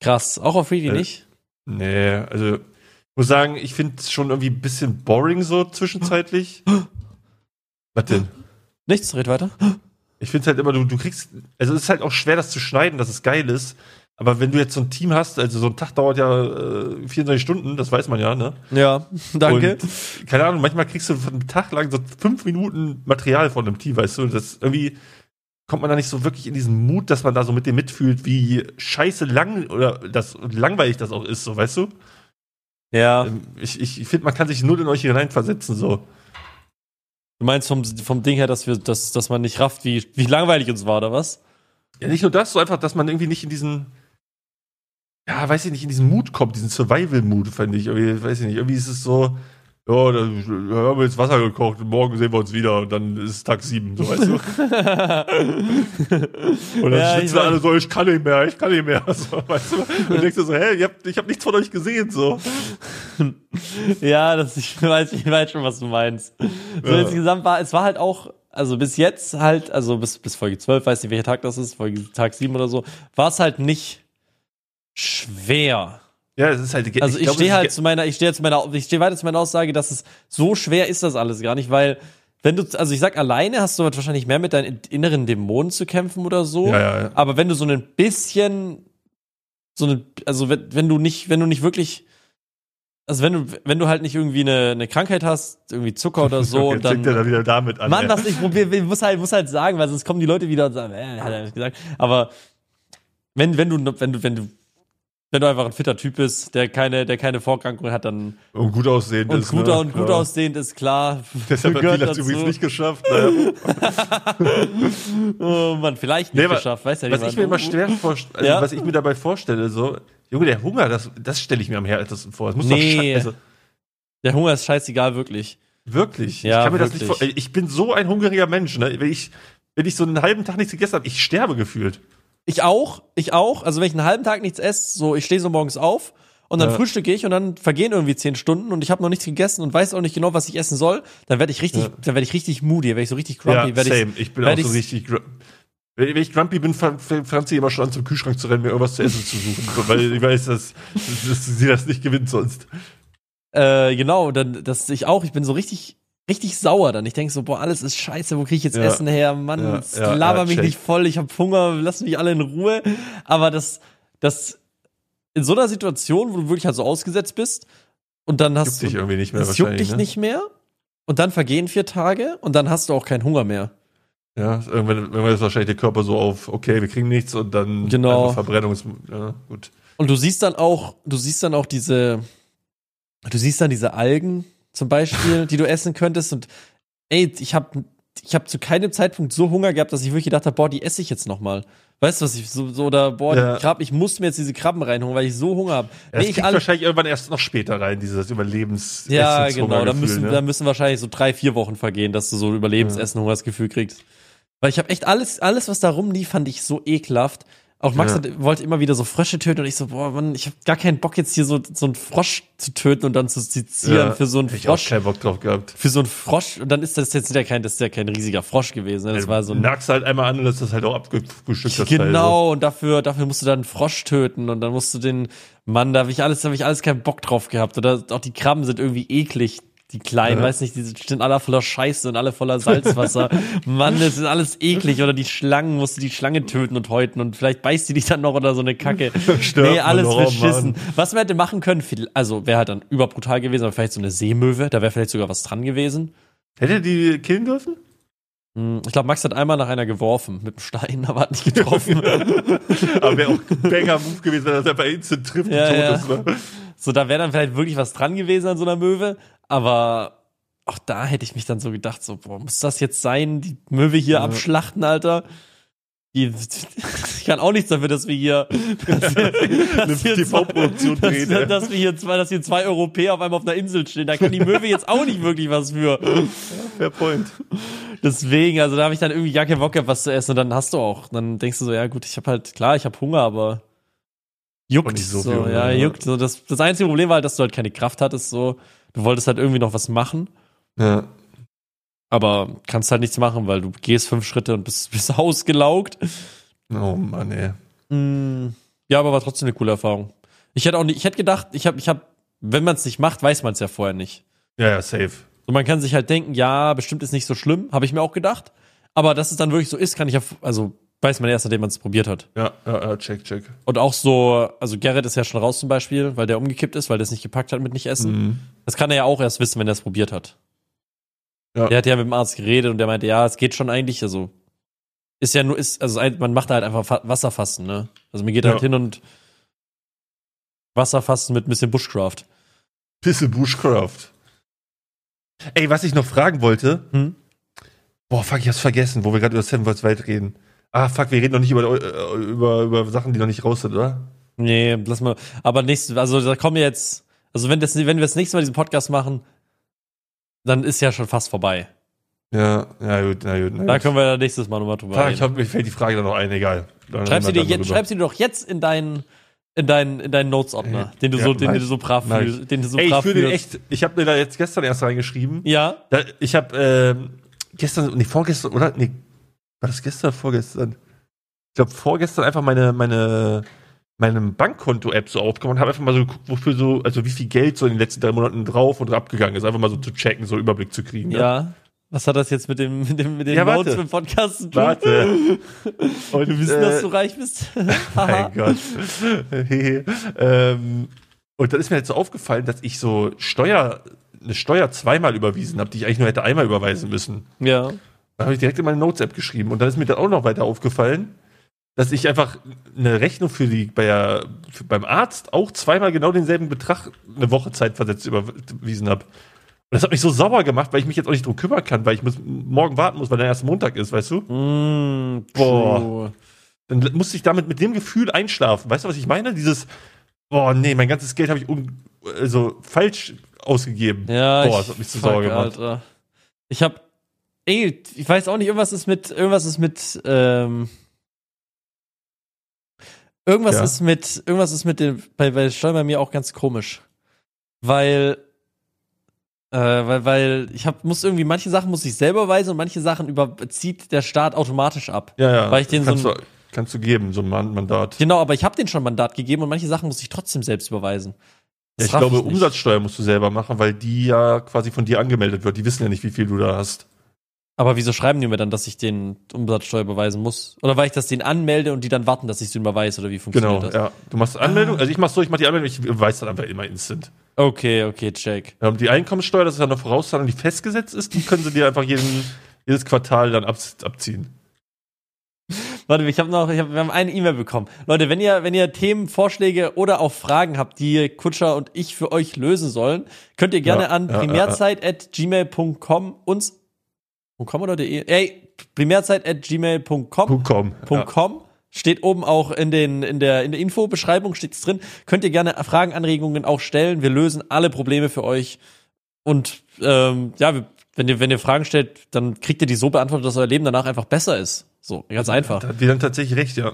Speaker 2: Krass. Auch auf Freedy
Speaker 1: Äh,
Speaker 2: nicht.
Speaker 1: Nee, also ich muss sagen, ich finde es schon irgendwie ein bisschen boring so zwischenzeitlich. Was denn?
Speaker 2: Nichts, red weiter.
Speaker 1: Ich finde es halt immer, du, du kriegst, also es ist halt auch schwer, das zu schneiden, dass es geil ist. Aber wenn du jetzt so ein Team hast, also so ein Tag dauert ja äh, 24 Stunden, das weiß man ja, ne?
Speaker 2: Ja, danke.
Speaker 1: Und, keine Ahnung, manchmal kriegst du von einem Tag lang so fünf Minuten Material von einem Team, weißt du? Das irgendwie kommt man da nicht so wirklich in diesen Mut, dass man da so mit dem mitfühlt, wie scheiße lang oder das langweilig das auch ist, so, weißt du?
Speaker 2: Ja.
Speaker 1: Ähm, Ich, ich, ich finde, man kann sich null in euch hineinversetzen, so.
Speaker 2: Du meinst vom, vom Ding her, dass wir, dass, dass man nicht rafft, wie, wie langweilig uns war, oder was?
Speaker 1: Ja, nicht nur das, so einfach, dass man irgendwie nicht in diesen, ja, weiß ich nicht, in diesen Mut kommt, diesen Survival-Mut, finde ich. Irgendwie, weiß ich nicht, irgendwie ist es so, ja, da haben wir jetzt Wasser gekocht und morgen sehen wir uns wieder und dann ist Tag sieben, so, weißt du? Und dann
Speaker 2: ja, ich
Speaker 1: sitzen
Speaker 2: weiß.
Speaker 1: alle so, ich kann nicht mehr, ich kann nicht mehr. So, weißt du? Und denkst du so, hä, ich hab, ich hab nichts von euch gesehen. So.
Speaker 2: Ja, das, ich, weiß, ich weiß schon, was du meinst. So
Speaker 1: Ja.
Speaker 2: insgesamt war, es war halt auch, also bis jetzt halt, also bis, bis Folge 12, weiß nicht, welcher Tag das ist, Folge Tag 7 oder so, war es halt nicht schwer.
Speaker 1: Ja, es ist halt. ge-
Speaker 2: Also ich,
Speaker 1: glaube,
Speaker 2: stehe
Speaker 1: es ist
Speaker 2: halt
Speaker 1: ge-
Speaker 2: zu meiner, ich stehe zu meiner, ich stehe weiter zu meiner Aussage, dass es so schwer ist das alles gar nicht, weil wenn du, also ich sag alleine hast du halt wahrscheinlich mehr mit deinen inneren Dämonen zu kämpfen oder so.
Speaker 1: Ja, ja, ja.
Speaker 2: Aber wenn du so ein bisschen, so ein, also wenn, wenn du nicht, wenn du nicht wirklich, also wenn du, wenn du halt nicht irgendwie eine, eine Krankheit hast, irgendwie Zucker oder so,
Speaker 1: Jetzt
Speaker 2: und dann
Speaker 1: fängt er da wieder damit an.
Speaker 2: Mann,
Speaker 1: ey.
Speaker 2: was ich probiere, muss halt, muss halt sagen, weil sonst kommen die Leute wieder und sagen, äh, hat er nicht gesagt. Aber wenn, wenn du, wenn du, wenn du, wenn du einfach ein fitter Typ bist, der keine, der keine Vorkrankung hat, dann
Speaker 1: und gut aussehen
Speaker 2: und
Speaker 1: ist.
Speaker 2: guter
Speaker 1: ne?
Speaker 2: und gut
Speaker 1: Ja.
Speaker 2: aussehend ist klar.
Speaker 1: Deshalb hat
Speaker 2: Gehört
Speaker 1: Thiel das
Speaker 2: dazu.
Speaker 1: übrigens nicht geschafft. Ne?
Speaker 2: Oh Mann, vielleicht nicht
Speaker 1: Nee, aber
Speaker 2: geschafft, weiß ja
Speaker 1: Was
Speaker 2: niemand.
Speaker 1: ich mir immer schwer vorstelle, also
Speaker 2: Ja.
Speaker 1: was ich mir dabei vorstelle, so, Junge, der Hunger, das, das stelle ich mir am härtesten vor. Das muss doch
Speaker 2: Nee.
Speaker 1: schei- also,
Speaker 2: Der Hunger ist scheißegal, wirklich.
Speaker 1: wirklich.
Speaker 2: Ja,
Speaker 1: ich kann mir das nicht
Speaker 2: wirklich.
Speaker 1: vorstellen. Ich bin so ein hungriger Mensch, ne? Wenn ich, wenn ich so einen halben Tag nichts gegessen habe, ich sterbe gefühlt.
Speaker 2: Ich auch, ich auch. Also wenn ich einen halben Tag nichts esse, so ich stehe so morgens auf und dann
Speaker 1: Ja.
Speaker 2: frühstücke ich und dann vergehen irgendwie zehn Stunden und ich habe noch nichts gegessen und weiß auch nicht genau, was ich essen soll, dann werde ich richtig,
Speaker 1: Ja.
Speaker 2: dann werde ich richtig moody, werde ich so richtig grumpy, werde ich
Speaker 1: same. Ich bin auch
Speaker 2: werd
Speaker 1: so
Speaker 2: ich's-
Speaker 1: richtig. gru- Wenn wenn ich grumpy bin, fang- fang- fangt sie immer schon an, zum Kühlschrank zu rennen, mir irgendwas zu essen zu suchen, weil ich weiß, dass, dass sie das nicht gewinnt sonst.
Speaker 2: Äh, genau, dann, dass ich auch, ich bin so richtig, richtig sauer dann. Ich denke so, boah, alles ist scheiße, wo kriege ich jetzt
Speaker 1: Ja.
Speaker 2: Essen her? Mann,
Speaker 1: Ja,
Speaker 2: jetzt
Speaker 1: ja,
Speaker 2: laber
Speaker 1: ja,
Speaker 2: mich
Speaker 1: check.
Speaker 2: nicht voll, ich hab Hunger, lass mich alle in Ruhe. Aber das, das, in so einer Situation, wo du wirklich halt so ausgesetzt bist und dann
Speaker 1: Juckt
Speaker 2: hast
Speaker 1: dich
Speaker 2: du,
Speaker 1: irgendwie nicht mehr
Speaker 2: es juckt dich
Speaker 1: ne?
Speaker 2: nicht mehr und dann vergehen vier Tage und dann hast du auch keinen Hunger mehr.
Speaker 1: Ja, irgendwann, irgendwann ist wahrscheinlich der Körper so auf, okay, wir kriegen nichts und dann
Speaker 2: Genau.
Speaker 1: einfach Verbrennungs... Ja, gut.
Speaker 2: Und du siehst dann auch, du siehst dann auch diese, du siehst dann diese Algen zum Beispiel, die du essen könntest. Und ey, ich habe ich hab zu keinem Zeitpunkt so Hunger gehabt, dass ich wirklich gedacht habe, boah, die esse ich jetzt nochmal. Weißt du, was ich so, so oder boah,
Speaker 1: Ja.
Speaker 2: die Krabben, ich muss mir jetzt diese Krabben reinholen, weil ich so Hunger habe.
Speaker 1: Ja, das kriegt wahrscheinlich irgendwann erst noch später rein, dieses Überlebens...
Speaker 2: ja,
Speaker 1: Essenzhunger-
Speaker 2: genau, da
Speaker 1: Gefühl,
Speaker 2: müssen,
Speaker 1: ne?
Speaker 2: da müssen wahrscheinlich so drei, vier Wochen vergehen, dass du so ein Überlebensessen, Hungersgefühl kriegst. Weil ich habe echt alles, alles, was da rumlief, fand ich so ekelhaft. Auch Max
Speaker 1: Ja.
Speaker 2: hat, wollte immer wieder so Frösche töten und ich so, boah, Mann, ich habe gar keinen Bock jetzt hier so, so einen Frosch zu töten und dann zu sezieren
Speaker 1: Ja,
Speaker 2: für so einen
Speaker 1: hätte Ich auch
Speaker 2: Frosch.
Speaker 1: keinen Bock drauf gehabt.
Speaker 2: Für so einen Frosch. Und dann ist das jetzt ja kein, das ist ja kein riesiger Frosch gewesen. ne? Das war so ein,
Speaker 1: Nackst halt einmal an und das ist halt auch abgefrühstückt, das Teil. ne? so.
Speaker 2: Genau, und dafür, dafür musst du dann einen Frosch töten und dann musst du den Mann, da habe ich alles, da habe ich alles keinen Bock drauf gehabt. Oder auch die Krabben sind irgendwie eklig, die kleinen,
Speaker 1: Ja.
Speaker 2: weiß nicht, die sind alle voller Scheiße und alle voller Salzwasser. Mann, das ist alles eklig. Oder die Schlangen, musst du die Schlange töten und häuten und vielleicht beißt die dich dann noch oder so eine Kacke.
Speaker 1: Stirbt
Speaker 2: nee,
Speaker 1: man
Speaker 2: alles
Speaker 1: doch,
Speaker 2: beschissen.
Speaker 1: Mann.
Speaker 2: Was man hätte machen können, viel- also wäre halt dann überbrutal gewesen, aber vielleicht so eine Seemöwe, da wäre vielleicht sogar was dran gewesen.
Speaker 1: Hätte die killen dürfen?
Speaker 2: Hm, Ich glaube, Max hat einmal nach einer geworfen mit einem Stein, aber hat nicht getroffen.
Speaker 1: Aber wäre auch ein Banger-Move gewesen, wenn das einfach instant trifft
Speaker 2: Ja,
Speaker 1: und
Speaker 2: ja.
Speaker 1: tot ist. Ne?
Speaker 2: So, da wäre dann vielleicht wirklich was dran gewesen an so einer Möwe, aber auch da hätte ich mich dann so gedacht, so, boah, muss das jetzt sein, die Möwe hier
Speaker 1: Ja.
Speaker 2: abschlachten, Alter? Die, ich kann auch nichts dafür, dass wir hier, dass wir, dass
Speaker 1: Eine TV-Produktion
Speaker 2: dass,
Speaker 1: drehen.
Speaker 2: dass,
Speaker 1: ey.
Speaker 2: dass wir hier zwei, dass hier zwei Europäer auf einmal auf einer Insel stehen. Da kann die Möwe jetzt auch nicht wirklich was für.
Speaker 1: Fair point.
Speaker 2: Deswegen, also da habe ich dann irgendwie gar keinen Bock gehabt, was zu essen. Und dann hast du auch, dann denkst du so, ja gut, ich habe halt, klar, ich habe Hunger, aber
Speaker 1: Auch
Speaker 2: juckt
Speaker 1: nicht so
Speaker 2: so,
Speaker 1: viel Hunger,
Speaker 2: ja,
Speaker 1: ja.
Speaker 2: juckt so. Das, das einzige Problem war halt, dass du halt keine Kraft hattest, so. Du wolltest halt irgendwie noch was machen,
Speaker 1: Ja.
Speaker 2: aber kannst halt nichts machen, weil du gehst fünf Schritte und bist, bist ausgelaugt.
Speaker 1: Oh Mann, ey.
Speaker 2: Mm,
Speaker 1: Mhm.
Speaker 2: ja, aber war trotzdem eine coole Erfahrung. Ich hätte auch nicht, ich hätte gedacht, ich habe, ich habe, wenn man es nicht macht, weiß man es ja vorher nicht.
Speaker 1: Ja, ja, safe.
Speaker 2: Und man kann sich halt denken, ja, bestimmt ist nicht so schlimm, habe ich mir auch gedacht. Aber dass es dann wirklich so ist, kann ich ja, f- also weiß man erst, nachdem man es probiert hat.
Speaker 1: Ja, ja, ja, check, check.
Speaker 2: Und auch so, also Gerrit ist ja schon raus zum Beispiel, weil der umgekippt ist, weil der es nicht gepackt hat mit nicht essen.
Speaker 1: Mhm.
Speaker 2: Das kann er ja auch erst wissen, wenn er es probiert hat.
Speaker 1: Ja.
Speaker 2: Der hat ja mit dem Arzt geredet und der meinte, ja, es geht schon eigentlich, also ist ja nur, ist, also ein- man macht da halt einfach Fa- Wasserfasten, ne? Also man geht
Speaker 1: Ja.
Speaker 2: halt hin und Wasserfasten mit ein bisschen Bushcraft.
Speaker 1: Pisse Bushcraft. Ey, was ich noch fragen wollte.
Speaker 2: Hm?
Speaker 1: Boah, fuck, ich hab's vergessen, wo wir gerade über Seven Worlds Welt reden. Ah, fuck, wir reden noch nicht über, äh, über, über Sachen, die noch nicht raus sind, oder?
Speaker 2: Nee, lass mal. Aber nächstes, also da kommen wir jetzt, also wenn, das, wenn wir das nächste Mal diesen Podcast machen, dann ist ja schon fast vorbei.
Speaker 1: Ja, na gut, na gut. Na
Speaker 2: Da
Speaker 1: gut.
Speaker 2: können wir dann nächstes Mal nochmal drüber
Speaker 1: Fuck, ich
Speaker 2: reden.
Speaker 1: hoffe, mir fällt die Frage dann noch ein, egal. Dann
Speaker 2: Schreib
Speaker 1: reden wir
Speaker 2: sie, dir
Speaker 1: dann
Speaker 2: jetzt,
Speaker 1: darüber.
Speaker 2: schreib sie dir doch jetzt in deinen, in deinen, in deinen Notes-Ordner, den du so,
Speaker 1: Ja,
Speaker 2: den, den
Speaker 1: mach
Speaker 2: du
Speaker 1: ich.
Speaker 2: so brav
Speaker 1: Mach ich.
Speaker 2: fühlst, den du so
Speaker 1: Ey, ich
Speaker 2: brav
Speaker 1: fühle den
Speaker 2: fühlst.
Speaker 1: echt, ich habe mir da jetzt gestern erst reingeschrieben.
Speaker 2: Ja,
Speaker 1: Da, ich habe ähm, gestern, nee, vorgestern, oder? Nee, war das gestern, vorgestern? Ich glaube, vorgestern einfach meine, meine meinem Bankkonto-App so aufgemacht und habe einfach mal so geguckt, wofür so, also wie viel Geld so in den letzten drei Monaten drauf und abgegangen ist. Einfach mal so zu checken, so einen Überblick zu kriegen. ne?
Speaker 2: Ja. Was hat das jetzt mit dem mit dem mit den
Speaker 1: Ja, warte.
Speaker 2: Notes im Podcast zu tun?
Speaker 1: Warte. Und,
Speaker 2: Wir wissen,
Speaker 1: äh,
Speaker 2: dass du reich bist.
Speaker 1: Mein Gott. Hehe. ähm, und dann ist mir jetzt so aufgefallen, dass ich so Steuer, eine Steuer zweimal überwiesen habe, die ich eigentlich nur hätte einmal überweisen müssen.
Speaker 2: Ja.
Speaker 1: Dann habe ich direkt in meine Notes-App geschrieben. Und dann ist mir dann auch noch weiter aufgefallen, dass ich einfach eine Rechnung für die bei der, für, beim Arzt auch zweimal genau denselben Betrag eine Woche zeitversetzt überwiesen habe. Und das hat mich so sauer gemacht, weil ich mich jetzt auch nicht drum kümmern kann, weil ich muss, morgen warten muss, weil der erst Montag ist, weißt du?
Speaker 2: Mm,
Speaker 1: Boah.
Speaker 2: true.
Speaker 1: Dann musste ich damit mit dem Gefühl einschlafen. Weißt du, was ich meine? Dieses, boah, nee, mein ganzes Geld habe ich un, also falsch ausgegeben.
Speaker 2: Ja,
Speaker 1: Boah, das hat mich zu sauer
Speaker 2: fuck,
Speaker 1: gemacht.
Speaker 2: Alter. Ich hab, ey, ich weiß auch nicht, irgendwas ist mit, irgendwas ist mit, ähm, irgendwas
Speaker 1: Ja.
Speaker 2: ist mit, irgendwas ist mit dem, bei, bei Steuern bei mir auch ganz komisch. Weil, äh, weil, weil, ich hab, muss irgendwie, manche Sachen muss ich selber überweisen und manche Sachen überzieht der Staat automatisch ab.
Speaker 1: Ja, ja.
Speaker 2: Weil ich den so
Speaker 1: kannst,
Speaker 2: ein-
Speaker 1: du, kannst du geben, so ein Man- Mandat.
Speaker 2: Genau, aber ich habe denen schon Mandat gegeben und manche Sachen muss ich trotzdem selbst überweisen.
Speaker 1: Ja,
Speaker 2: Das
Speaker 1: ich
Speaker 2: raff
Speaker 1: glaube,
Speaker 2: nicht.
Speaker 1: Umsatzsteuer musst du selber machen, weil die ja quasi von dir angemeldet wird. Die wissen ja nicht, wie viel du da hast.
Speaker 2: Aber wieso schreiben die mir dann, dass ich den Umsatzsteuer beweisen muss? Oder weil ich das denen anmelde und die dann warten, dass ich es überweise oder wie funktioniert
Speaker 1: Genau,
Speaker 2: das? Ah.
Speaker 1: ja. Du machst Anmeldung, also ich mach's so, ich mach die Anmeldung, ich weiß dann einfach immer instant.
Speaker 2: Okay, okay, check.
Speaker 1: Ähm, Die Einkommensteuer, das ist ja eine Vorauszahlung, die festgesetzt ist, die können sie dir einfach jeden, jedes Quartal dann ab, abziehen.
Speaker 2: Warte, ich habe noch, ich hab, wir haben eine E-Mail bekommen. Leute, wenn ihr, wenn ihr Themen, Vorschläge oder auch Fragen habt, die Kutscher und ich für euch lösen sollen, könnt ihr gerne
Speaker 1: Ja,
Speaker 2: an
Speaker 1: ja, ja, ja.
Speaker 2: primärzeit@gmail.com uns .com oder de? Ey, primärzeit@gmail.com
Speaker 1: Punkt com. Ja.
Speaker 2: .com. Steht oben auch in, den, in der, in der Infobeschreibung steht's drin. Könnt ihr gerne Fragen, Anregungen auch stellen. Wir lösen alle Probleme für euch. Und ähm, ja, wir- wenn ihr, wenn ihr Fragen stellt, dann kriegt ihr die so beantwortet, dass euer Leben danach einfach besser ist. So, ganz einfach.
Speaker 1: Da hat die dann tatsächlich recht, ja.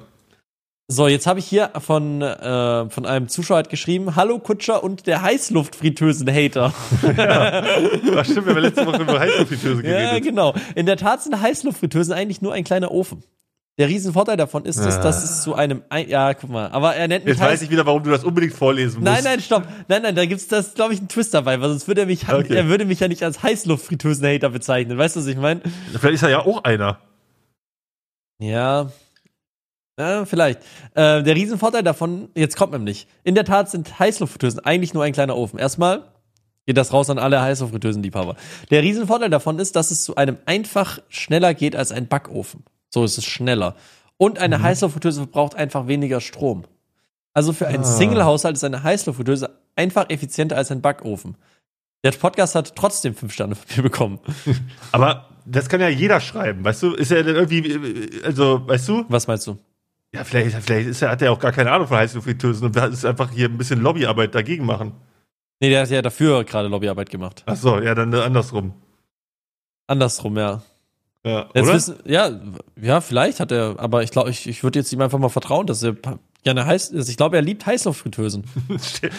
Speaker 2: So, jetzt habe ich hier von, äh, von einem Zuschauer hat geschrieben, Hallo Kutscher und der Heißluftfritösen-Hater.
Speaker 1: Ach, stimmt, wir haben letzte Woche über Heißluftfritteuse
Speaker 2: Ja,
Speaker 1: geredet.
Speaker 2: genau. In der Tat sind Heißluftfritteusen eigentlich nur ein kleiner Ofen. Der Riesenvorteil davon ist, dass,
Speaker 1: Ah.
Speaker 2: dass es zu einem. Ein ja, guck mal. Aber er nennt mich
Speaker 1: Jetzt
Speaker 2: Heiß-
Speaker 1: weiß ich wieder, warum du das unbedingt vorlesen musst.
Speaker 2: Nein, nein, stopp. Nein, nein, da gibt's das, glaube ich, einen Twist dabei, weil sonst würde er mich,
Speaker 1: Okay.
Speaker 2: er würde mich ja nicht als Heißluftfritteusen-Hater bezeichnen. Weißt du, was ich meine?
Speaker 1: Vielleicht ist er ja auch einer.
Speaker 2: Ja. Ja, vielleicht. Äh, der Riesenvorteil davon, jetzt kommt nämlich. In der Tat sind Heißluftfritteusen eigentlich nur ein kleiner Ofen. Erstmal geht das raus an alle Heißluftfritteusen-Liebhaber. Der Riesenvorteil davon ist, dass es zu einem einfach schneller geht als ein Backofen. So ist es schneller. Und eine Heißluftfritteuse verbraucht einfach weniger Strom. Also für einen
Speaker 1: Ah.
Speaker 2: Single-Haushalt ist eine Heißluftfritteuse einfach effizienter als ein Backofen. Der Podcast hat trotzdem fünf Sterne von mir bekommen.
Speaker 1: Aber das kann ja jeder schreiben, weißt du? Ist er denn irgendwie, also, weißt du?
Speaker 2: Was meinst du?
Speaker 1: Ja, vielleicht, vielleicht ist er, hat er auch gar keine Ahnung von Heißluftfritteusen und ist einfach hier ein bisschen Lobbyarbeit dagegen machen.
Speaker 2: Nee, der hat ja dafür gerade Lobbyarbeit gemacht.
Speaker 1: Ach so, ja, dann äh, andersrum.
Speaker 2: Andersrum, ja.
Speaker 1: Ja,
Speaker 2: Jetzt
Speaker 1: oder?
Speaker 2: wissen, ja, ja, vielleicht hat er, aber ich glaube, ich, ich würde jetzt ihm einfach mal vertrauen, dass er pa- gerne heiß ist. Ich glaube, er liebt Heißluftfritteusen.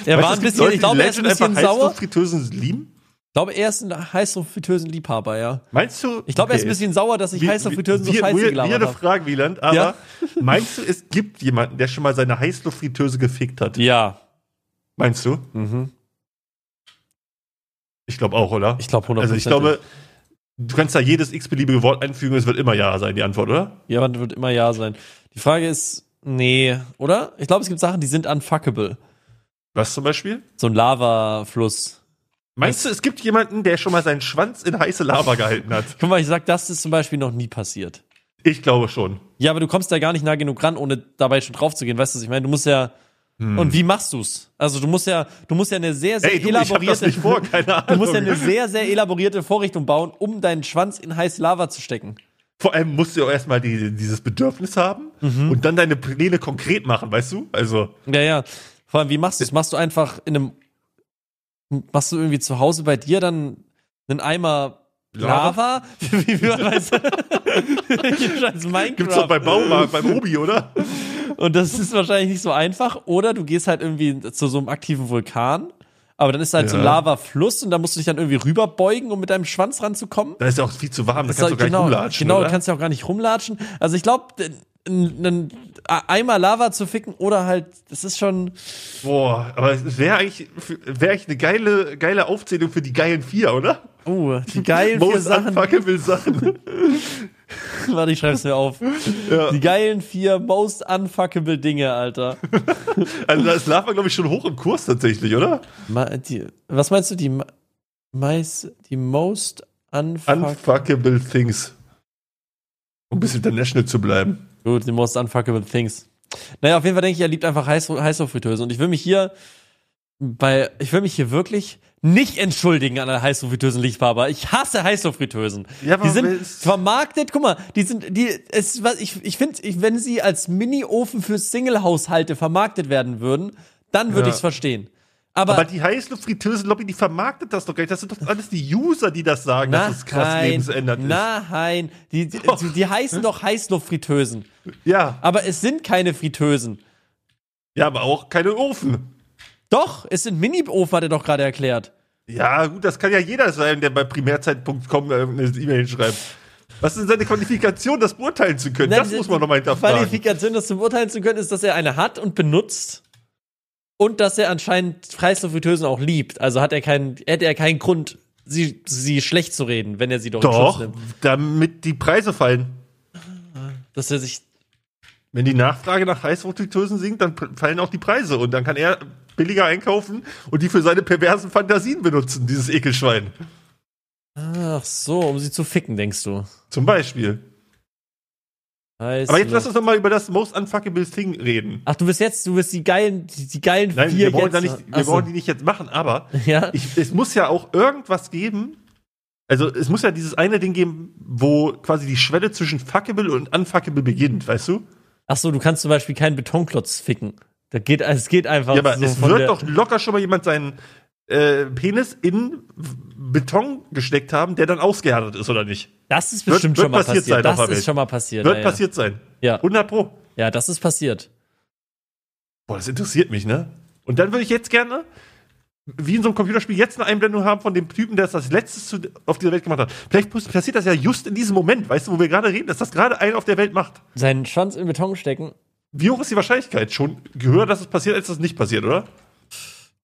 Speaker 2: Er war ein bisschen- ich glaube, er ist ein bisschen sauer.
Speaker 1: Heißluftfritteusen lieben?
Speaker 2: Ich glaube, er ist ein Heißluftfritteusen-Liebhaber, ja.
Speaker 1: Meinst du?
Speaker 2: Ich glaube, er ist ein bisschen sauer, dass ich Heißluftfritteusen so scheiße gelabert
Speaker 1: Weirde
Speaker 2: habe.
Speaker 1: Frage, Wieland, aber
Speaker 2: Ja.
Speaker 1: meinst du, es gibt jemanden, der schon mal seine Heißluftfritteuse gefickt hat?
Speaker 2: Ja. mhm.
Speaker 1: Meinst du? Ich glaube auch, oder?
Speaker 2: Ich glaube 100%.
Speaker 1: also ich glaube, du kannst da jedes x-beliebige Wort einfügen, es wird immer Ja sein, die Antwort, oder?
Speaker 2: jemand wird immer ja sein. Die Frage ist, nee, oder? Ich glaube, es gibt Sachen, die sind unfuckable.
Speaker 1: Was zum Beispiel?
Speaker 2: So ein Lavafluss.
Speaker 1: Meinst du, es gibt jemanden, der schon mal seinen Schwanz in heiße Lava gehalten hat?
Speaker 2: Guck mal, ich sag, das ist zum Beispiel noch nie passiert.
Speaker 1: Ich glaube schon.
Speaker 2: Ja, aber du kommst da gar nicht nah genug ran, ohne dabei schon drauf zu gehen. Weißt du, was ich meine? Du musst ja. Und wie machst du's? Also du musst ja, du musst ja eine sehr, sehr
Speaker 1: Hm. Ey, du, ich hab das
Speaker 2: elaborierte.
Speaker 1: nicht vor, keine Ahnung.
Speaker 2: du musst ja eine sehr, sehr elaborierte Vorrichtung bauen, um deinen Schwanz in heiße Lava zu stecken.
Speaker 1: Vor allem musst du auch erstmal die, dieses Bedürfnis haben
Speaker 2: Mhm.
Speaker 1: und dann deine Pläne konkret machen, weißt du? Also,
Speaker 2: Ja, ja. Vor allem, wie machst du's? Machst du einfach in einem. Machst du irgendwie zu Hause bei dir dann einen Eimer. Lava?
Speaker 1: Lava?
Speaker 2: Wie wie man weiß. Hier scheiß Minecraft.
Speaker 1: gibt's doch bei Baumarkt, beim Obi, oder?
Speaker 2: Und das ist wahrscheinlich nicht so einfach. Oder du gehst halt irgendwie zu so einem aktiven Vulkan, aber dann ist da halt so ein
Speaker 1: Ja.
Speaker 2: Lavafluss und da musst du dich dann irgendwie rüberbeugen, um mit deinem Schwanz ranzukommen.
Speaker 1: Da ist ja auch viel zu warm, da
Speaker 2: So,
Speaker 1: kannst du gar
Speaker 2: genau,
Speaker 1: nicht rumlatschen.
Speaker 2: genau,
Speaker 1: oder?
Speaker 2: du kannst ja auch gar nicht rumlatschen. Also ich glaube, einen Eimer Lava zu ficken oder halt, das ist schon.
Speaker 1: Boah, aber es wäre eigentlich, wär eigentlich eine geile, geile Aufzählung für die geilen vier, oder?
Speaker 2: Uh, die geilen
Speaker 1: Mo
Speaker 2: vier Sachen.
Speaker 1: Unfuckable Sachen.
Speaker 2: Warte, ich schreib's mir auf.
Speaker 1: ja.
Speaker 2: Die geilen vier most unfuckable Dinge, Alter.
Speaker 1: Also da ist Lava, glaube ich, schon hoch im Kurs tatsächlich, oder?
Speaker 2: Ma- die, was meinst du, die me- meist, die most unfuckable.
Speaker 1: Unfuckable Things. Um ein bisschen international zu bleiben.
Speaker 2: Gut, the most unfuckable things. Naja, auf jeden Fall denke ich, er liebt einfach Heiß Heißluftfritteuse. Und ich will mich hier bei, ich will mich hier wirklich nicht entschuldigen an alle Heißluftfritteusen-Liebhaber. Ich hasse Heißluftfritteusen.
Speaker 1: Ja, aber
Speaker 2: die sind
Speaker 1: es-
Speaker 2: vermarktet, guck mal, die sind, die, es, was, ich, ich finde, ich, wenn sie als Mini-Ofen für Single-Haushalte vermarktet werden würden, dann würde
Speaker 1: Ja.
Speaker 2: ich's verstehen.
Speaker 1: Aber die Heißluftfritteuse-Lobby, die vermarktet das doch gar nicht. Das sind doch alles die User, die das sagen, dass es krass lebensändernd ist.
Speaker 2: Nein, die, die, die, die heißen doch Heißluftfritteusen.
Speaker 1: Ja.
Speaker 2: Aber es sind keine Fritteusen.
Speaker 1: ja, aber auch keine Ofen.
Speaker 2: Doch, es sind Mini-Ofen, hat er doch gerade erklärt.
Speaker 1: Ja, gut, das kann ja jeder sein, der bei primärzeitpunkt.com eine E-Mail schreibt. Was ist denn seine Qualifikation, das beurteilen zu können?
Speaker 2: Nein,
Speaker 1: das
Speaker 2: diese-
Speaker 1: muss man nochmal
Speaker 2: die
Speaker 1: hinterfragen.
Speaker 2: Qualifikation, das zu beurteilen zu können, ist, dass er eine hat und benutzt. Und dass er anscheinend Freistoffritösen auch liebt. Also hat er keinen, hätte er keinen Grund, sie, sie schlecht zu reden, wenn er sie doch, in Schutz
Speaker 1: Doch,
Speaker 2: nimmt.
Speaker 1: damit die Preise fallen.
Speaker 2: Dass er sich.
Speaker 1: Wenn die Nachfrage nach Heißfruchtösen sinkt, dann p- fallen auch die Preise und dann kann er billiger einkaufen und die für seine perversen Fantasien benutzen, dieses Ekelschwein.
Speaker 2: Ach so, um sie zu ficken, denkst du.
Speaker 1: Zum Beispiel.
Speaker 2: Heißt
Speaker 1: Aber jetzt lass
Speaker 2: nur-
Speaker 1: uns doch mal über das Most Unfuckable Thing reden.
Speaker 2: Ach, du bist jetzt, du bist die geilen, die, die geilen
Speaker 1: Nein,
Speaker 2: vier
Speaker 1: wir wollen,
Speaker 2: jetzt.
Speaker 1: da nicht, wir
Speaker 2: Ach so.
Speaker 1: wollen die nicht jetzt machen, aber
Speaker 2: ja?
Speaker 1: ich, es muss ja auch irgendwas geben. Also es muss ja dieses eine Ding geben, wo quasi die Schwelle zwischen fuckable und unfuckable beginnt, weißt du?
Speaker 2: Ach so, du kannst zum Beispiel keinen Betonklotz ficken. Da geht, es geht einfach
Speaker 1: Ja, aber
Speaker 2: so
Speaker 1: es
Speaker 2: von der-
Speaker 1: wird doch locker schon mal jemand seinen äh, Penis in Beton gesteckt haben, der dann ausgehärtet ist, oder nicht?
Speaker 2: Das ist
Speaker 1: Wird-
Speaker 2: bestimmt
Speaker 1: wird
Speaker 2: schon mal
Speaker 1: passiert
Speaker 2: passiert.
Speaker 1: sein auf
Speaker 2: das
Speaker 1: der Welt.
Speaker 2: ist schon mal passiert.
Speaker 1: Wird
Speaker 2: ja,
Speaker 1: passiert sein.
Speaker 2: Ja. ja,
Speaker 1: 100 Pro.
Speaker 2: ja, das ist passiert.
Speaker 1: Boah, das interessiert mich, ne? Und dann würde ich jetzt gerne, wie in so einem Computerspiel, jetzt eine Einblendung haben von dem Typen, der es als letztes zu, auf dieser Welt gemacht hat. Vielleicht pass- passiert das ja just in diesem Moment, weißt du, wo wir gerade reden, dass das gerade einer auf der Welt macht.
Speaker 2: Seinen Schwanz in Beton stecken.
Speaker 1: Wie hoch ist die Wahrscheinlichkeit? Schon höher, dass es passiert, als dass es nicht passiert, oder?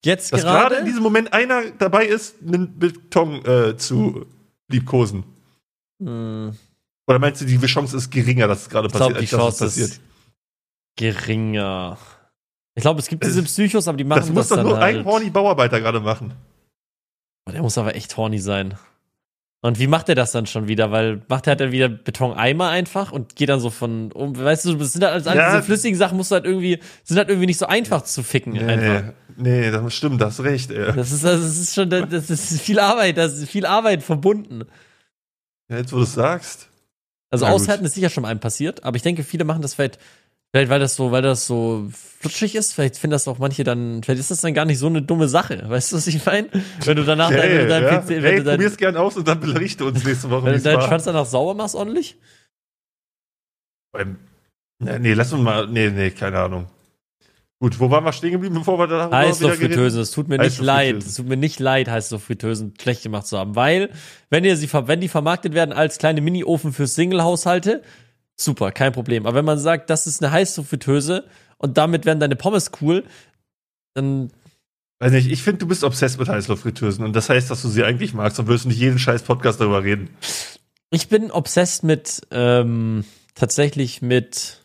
Speaker 2: Jetzt
Speaker 1: Dass gerade in
Speaker 2: gerade.
Speaker 1: diesem Moment einer dabei ist, einen Beton äh, zu liebkosen.
Speaker 2: Hm,
Speaker 1: Oder meinst du, die Chance ist geringer, dass es gerade
Speaker 2: ich glaube,
Speaker 1: passiert,
Speaker 2: die
Speaker 1: dass es
Speaker 2: Chance ist geringer. Ich glaube, es gibt diese Psychos, aber die machen
Speaker 1: Das
Speaker 2: das,
Speaker 1: muss doch
Speaker 2: dann
Speaker 1: nur
Speaker 2: halt.
Speaker 1: ein horny Bauarbeiter gerade machen.
Speaker 2: Oh, der muss aber echt horny sein. Und wie macht er das dann schon wieder? Weil macht er dann wieder Betoneimer einfach und geht dann so von um. Weißt du, das sind halt alles
Speaker 1: Ja.
Speaker 2: diese flüssigen Sachen, musst du halt irgendwie, sind halt irgendwie nicht so einfach zu ficken. Einfach.
Speaker 1: Nee, nee, das stimmt, das hast recht, ey.
Speaker 2: Das ist, das ist schon, das ist viel Arbeit, das ist viel Arbeit verbunden.
Speaker 1: Ja, jetzt, wo du es sagst.
Speaker 2: Also
Speaker 1: Na gut.
Speaker 2: aushärten ist sicher schon mal einem passiert, aber ich denke, viele machen das vielleicht, vielleicht weil das so, weil das so flutschig ist, vielleicht finden das auch manche dann, vielleicht ist das dann gar nicht so eine dumme Sache. Weißt du, was ich meine? Wenn du danach dein, wenn du dein
Speaker 1: ja.
Speaker 2: PC, wenn
Speaker 1: hey
Speaker 2: du dein,
Speaker 1: probier's gern aus und dann berichte uns nächste Woche,
Speaker 2: wenn du
Speaker 1: wie's
Speaker 2: deinen
Speaker 1: war.
Speaker 2: Schwanz danach sauber machst ordentlich.
Speaker 1: Ähm, na, nee, lass uns mal. Nee, nee, keine Ahnung. Gut, wo waren wir stehen geblieben, bevor wir da
Speaker 2: Heißluftfritteusen, es tut mir nicht
Speaker 1: Heißluftfritteusen.
Speaker 2: leid, es tut mir nicht leid, Heißluftfritteusen schlecht gemacht zu haben, weil wenn ihr sie, ver- wenn die vermarktet werden als kleine Mini-Ofen für Single-Haushalte, super, kein Problem. Aber wenn man sagt, das ist eine Heißluftfritteuse und damit werden deine Pommes cool, dann
Speaker 1: Weiß nicht, ich finde, du bist obsessed mit Heißluftfritteusen und das heißt, dass du sie eigentlich magst und wirst nicht jeden scheiß Podcast darüber reden.
Speaker 2: ich bin obsessed mit ähm, tatsächlich mit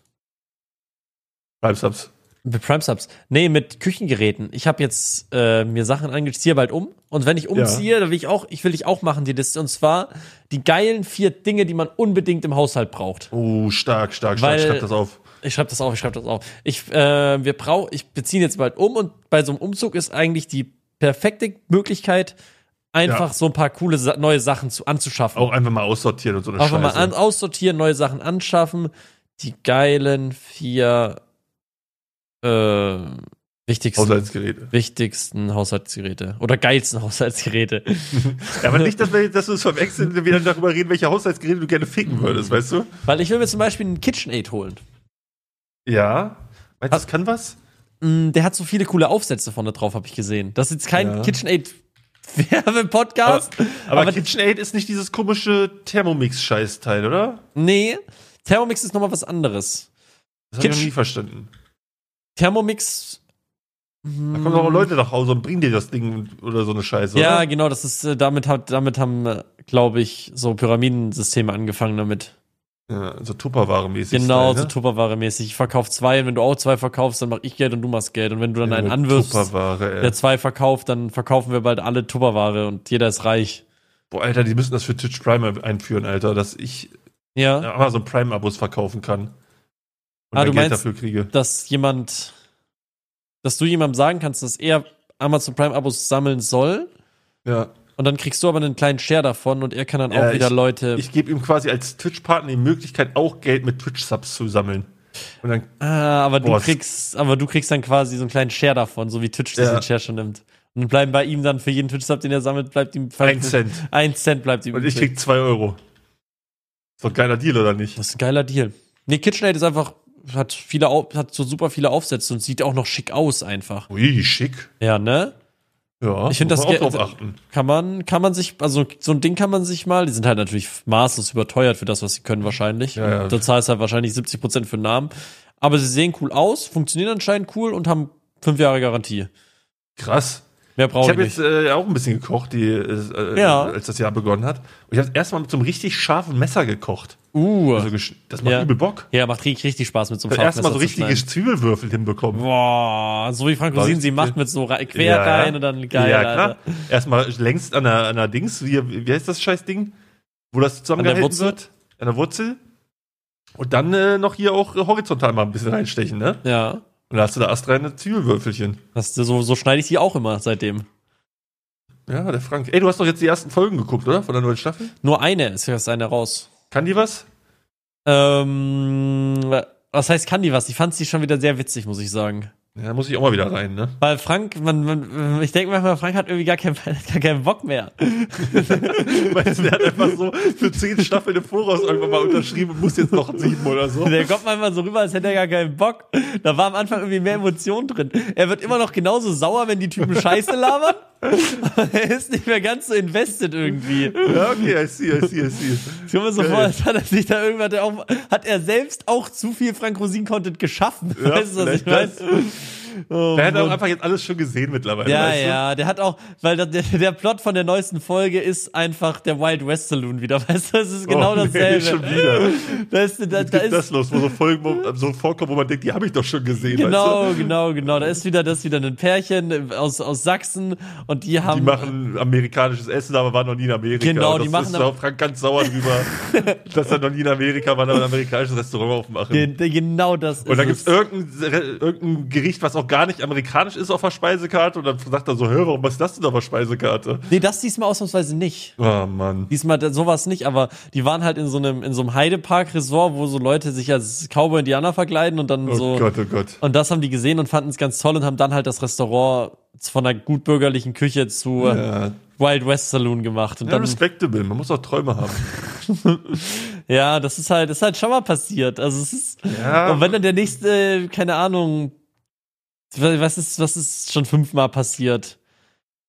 Speaker 1: Schreib's ab's.
Speaker 2: mit Prime Subs. Nee, mit Küchengeräten. Ich habe jetzt äh, mir Sachen angeschrieben, ziehe bald um. Und wenn ich umziehe, da will ich auch, ich will dich auch machen, die Liste. Und zwar die geilen vier Dinge, die man unbedingt im Haushalt braucht.
Speaker 1: Oh, stark, stark, stark,
Speaker 2: Weil-
Speaker 1: schreib das auf.
Speaker 2: Ich schreibe das auf, ich schreibe das auf. Ich, äh, wir brauch, ich beziehe jetzt bald um und bei so einem Umzug ist eigentlich die perfekte Möglichkeit, einfach
Speaker 1: Ja.
Speaker 2: so ein paar coole Sa neue Sachen zu, anzuschaffen.
Speaker 1: Auch einfach mal aussortieren und so eine
Speaker 2: Einfach mal
Speaker 1: Scheiße.
Speaker 2: an, aussortieren, neue Sachen anschaffen. Die geilen vier äh, wichtigsten,
Speaker 1: Haushaltsgeräte.
Speaker 2: wichtigsten Haushaltsgeräte oder geilsten Haushaltsgeräte.
Speaker 1: Ja, aber nicht, dass wir, dass wir es verwechseln, wenn wir dann darüber reden, welche Haushaltsgeräte du gerne ficken würdest, weißt du?
Speaker 2: Weil ich will mir zum Beispiel einen KitchenAid holen.
Speaker 1: Ja. Meinst du, das kann was?
Speaker 2: Mm, Der hat so viele coole Aufsätze von da drauf, habe ich gesehen. Das ist jetzt kein
Speaker 1: Ja.
Speaker 2: KitchenAid Werbe-Podcast.
Speaker 1: Aber,
Speaker 2: Aber-
Speaker 1: KitchenAid ist nicht dieses komische Thermomix-Scheißteil, oder?
Speaker 2: Nee, Thermomix ist nochmal was anderes.
Speaker 1: Das habe ich
Speaker 2: Kitsch.
Speaker 1: noch nie verstanden.
Speaker 2: Thermomix.
Speaker 1: Da kommen auch Leute nach Hause und bringen dir das Ding und- oder so eine Scheiße.
Speaker 2: Ja,
Speaker 1: oder?
Speaker 2: genau, das ist, äh, damit hat, damit haben, glaube ich, so Pyramidensysteme angefangen damit.
Speaker 1: ja. So Tupperware-mäßig.
Speaker 2: Genau,
Speaker 1: Style, ne?
Speaker 2: so Tupperware mäßig. Ich verkaufe zwei und wenn du auch zwei verkaufst, dann mache ich Geld und du machst Geld. Und wenn du dann
Speaker 1: Ja,
Speaker 2: einen
Speaker 1: mit
Speaker 2: anwirfst,
Speaker 1: Tupperware, ey.
Speaker 2: der zwei verkauft, dann verkaufen wir bald alle Tupperware und jeder ist reich.
Speaker 1: Boah, Alter, die müssen das für Twitch Prime einführen, Alter, dass ich
Speaker 2: Ja,
Speaker 1: ja, Amazon Prime-Abos verkaufen kann. Und
Speaker 2: Ah,
Speaker 1: dann
Speaker 2: du
Speaker 1: Geld
Speaker 2: meinst-
Speaker 1: dafür kriege.
Speaker 2: dass jemand, dass du jemandem sagen kannst, dass er Amazon Prime Abos sammeln soll
Speaker 1: Ja.
Speaker 2: und dann kriegst du aber einen kleinen Share davon und er kann dann
Speaker 1: Ja,
Speaker 2: auch wieder
Speaker 1: ich-
Speaker 2: Leute.
Speaker 1: Ich gebe ihm quasi als Twitch-Partner die Möglichkeit, auch Geld mit Twitch-Subs zu sammeln. Und dann,
Speaker 2: Ah, aber du
Speaker 1: Boah, das-
Speaker 2: kriegst, aber du kriegst dann quasi so einen kleinen Share davon, so wie Twitch
Speaker 1: Ja.
Speaker 2: diesen Share schon nimmt. Und dann bleiben bei ihm dann für jeden Twitch-Sub, den er sammelt, bleibt ihm
Speaker 1: Ein Cent.
Speaker 2: Ein Cent bleibt ihm.
Speaker 1: und ich
Speaker 2: übrig.
Speaker 1: krieg 2 Euro. Ist doch ein geiler Deal, oder nicht?
Speaker 2: Das ist ein geiler Deal. Nee, KitchenAid ist einfach, hat viele, Au- hat so super viele Aufsätze und sieht auch noch schick aus einfach.
Speaker 1: Ui, schick.
Speaker 2: Ja, ne?
Speaker 1: Ja,
Speaker 2: Ich find
Speaker 1: muss
Speaker 2: das
Speaker 1: man
Speaker 2: ge-
Speaker 1: auch drauf achten.
Speaker 2: Kann man, kann man sich, also so ein Ding kann man sich mal, die sind halt natürlich maßlos überteuert für das, was sie können wahrscheinlich.
Speaker 1: Ja, ja.
Speaker 2: Und Da zahlst du halt wahrscheinlich 70% für den Namen. Aber sie sehen cool aus, funktionieren anscheinend cool und haben fünf Jahre Garantie.
Speaker 1: Krass.
Speaker 2: Mehr brauche
Speaker 1: ich
Speaker 2: ich,
Speaker 1: habe
Speaker 2: nicht.
Speaker 1: jetzt äh, auch ein bisschen gekocht, die, äh,
Speaker 2: Ja.
Speaker 1: als das Jahr begonnen hat. Und ich habe erstmal mit so einem richtig scharfen Messer gekocht.
Speaker 2: uh.
Speaker 1: Also gesch- das macht
Speaker 2: Ja.
Speaker 1: übel Bock.
Speaker 2: ja, macht richtig, richtig Spaß mit so
Speaker 1: Ich
Speaker 2: einem
Speaker 1: habe erstmal so
Speaker 2: Farbmesser zu
Speaker 1: richtige
Speaker 2: schneiden.
Speaker 1: Zwiebelwürfel hinbekommen.
Speaker 2: Boah, so wie Frank Rosin sie macht mit so rei- quer rein und dann geil,
Speaker 1: ja,
Speaker 2: Alter.
Speaker 1: klar. Erstmal längst an der, an der Dings, wie, wie heißt das scheiß Ding? Wo das zusammengehalten
Speaker 2: Wurzel?
Speaker 1: wird? An der Wurzel. Und dann äh, noch hier auch horizontal mal ein bisschen reinstechen, ne?
Speaker 2: Ja.
Speaker 1: Und da hast du da astreine Zwiebelwürfelchen.
Speaker 2: Das, so, so schneide ich die auch immer seitdem.
Speaker 1: Ja, der Frank. Ey, du hast doch jetzt die ersten Folgen geguckt, oder? Von der neuen Staffel?
Speaker 2: Nur eine ist erst eine raus.
Speaker 1: Kann die was?
Speaker 2: Ähm, was heißt, kann die was? Ich fand sie schon wieder sehr witzig, muss ich sagen.
Speaker 1: Ja, da muss ich auch mal wieder rein, ne?
Speaker 2: Weil Frank, man, man, ich denke manchmal, Frank hat irgendwie gar keinen, gar keinen Bock mehr.
Speaker 1: Weißt du, der hat einfach so für zehn Staffeln im Voraus irgendwann mal unterschrieben und muss jetzt noch sieben oder so.
Speaker 2: Der kommt manchmal so rüber, als hätte er gar keinen Bock. Da war am Anfang irgendwie mehr Emotion drin. Er wird immer noch genauso sauer, wenn die Typen Scheiße labern. Aber er ist nicht mehr ganz so invested irgendwie.
Speaker 1: Ja, okay, I see, I see, I see.
Speaker 2: Ich komme mir so
Speaker 1: Geil.
Speaker 2: vor, als hat er sich da irgendwann hat er auch, hat er selbst auch zu viel Frank Rosin-Content geschaffen.
Speaker 1: Ja,
Speaker 2: weißt du, was ich
Speaker 1: vielleicht
Speaker 2: meine?
Speaker 1: das.
Speaker 2: Oh,
Speaker 1: Der hat auch
Speaker 2: Mann.
Speaker 1: einfach jetzt alles schon gesehen mittlerweile.
Speaker 2: ja,
Speaker 1: weißt du?
Speaker 2: ja, der hat auch, weil der, der, der Plot von der neuesten Folge ist einfach der Wild West Saloon wieder, weißt du, das ist genau
Speaker 1: oh, Nee, schon
Speaker 2: dasselbe.
Speaker 1: wieder.
Speaker 2: da ist, da, da
Speaker 1: da geht
Speaker 2: ist,
Speaker 1: das los, wo so Folgen wo, so vorkommen, wo man denkt, die habe ich doch schon gesehen.
Speaker 2: genau,
Speaker 1: Weißt
Speaker 2: genau, genau, da ist wieder, das ist wieder ein Pärchen aus, aus Sachsen und die
Speaker 1: du? Die
Speaker 2: haben,
Speaker 1: machen amerikanisches Essen, aber waren noch nie in Amerika.
Speaker 2: Genau,
Speaker 1: Und das
Speaker 2: die machen
Speaker 1: ist
Speaker 2: aber-
Speaker 1: auch Frank ganz sauer drüber, dass er noch nie in Amerika war, aber ein amerikanisches Restaurant aufmachen.
Speaker 2: den, den, genau das
Speaker 1: und dann
Speaker 2: ist
Speaker 1: gibt es irgendein, irgendein Gericht, was auch gar nicht amerikanisch ist auf der Speisekarte. Und dann sagt er so, hör, warum ist das denn auf der Speisekarte?
Speaker 2: Nee, das diesmal ausnahmsweise nicht.
Speaker 1: Oh Mann.
Speaker 2: Diesmal da- sowas nicht, aber die waren halt in so einem, in so einem Heidepark-Resort, wo so Leute sich als Cowboy-Indianer verkleiden und dann
Speaker 1: Oh
Speaker 2: so.
Speaker 1: Gott, oh Gott.
Speaker 2: Und das haben die gesehen und fanden es ganz toll und haben dann halt das Restaurant von einer gutbürgerlichen Küche zu äh,
Speaker 1: Ja,
Speaker 2: Wild West Saloon gemacht. Und
Speaker 1: ja,
Speaker 2: dann,
Speaker 1: respectable, man muss auch Träume haben.
Speaker 2: ja, das ist halt, das ist halt schon mal passiert. Also es ist,
Speaker 1: Ja.
Speaker 2: und wenn dann der nächste, keine Ahnung, was ist, was ist schon fünfmal passiert?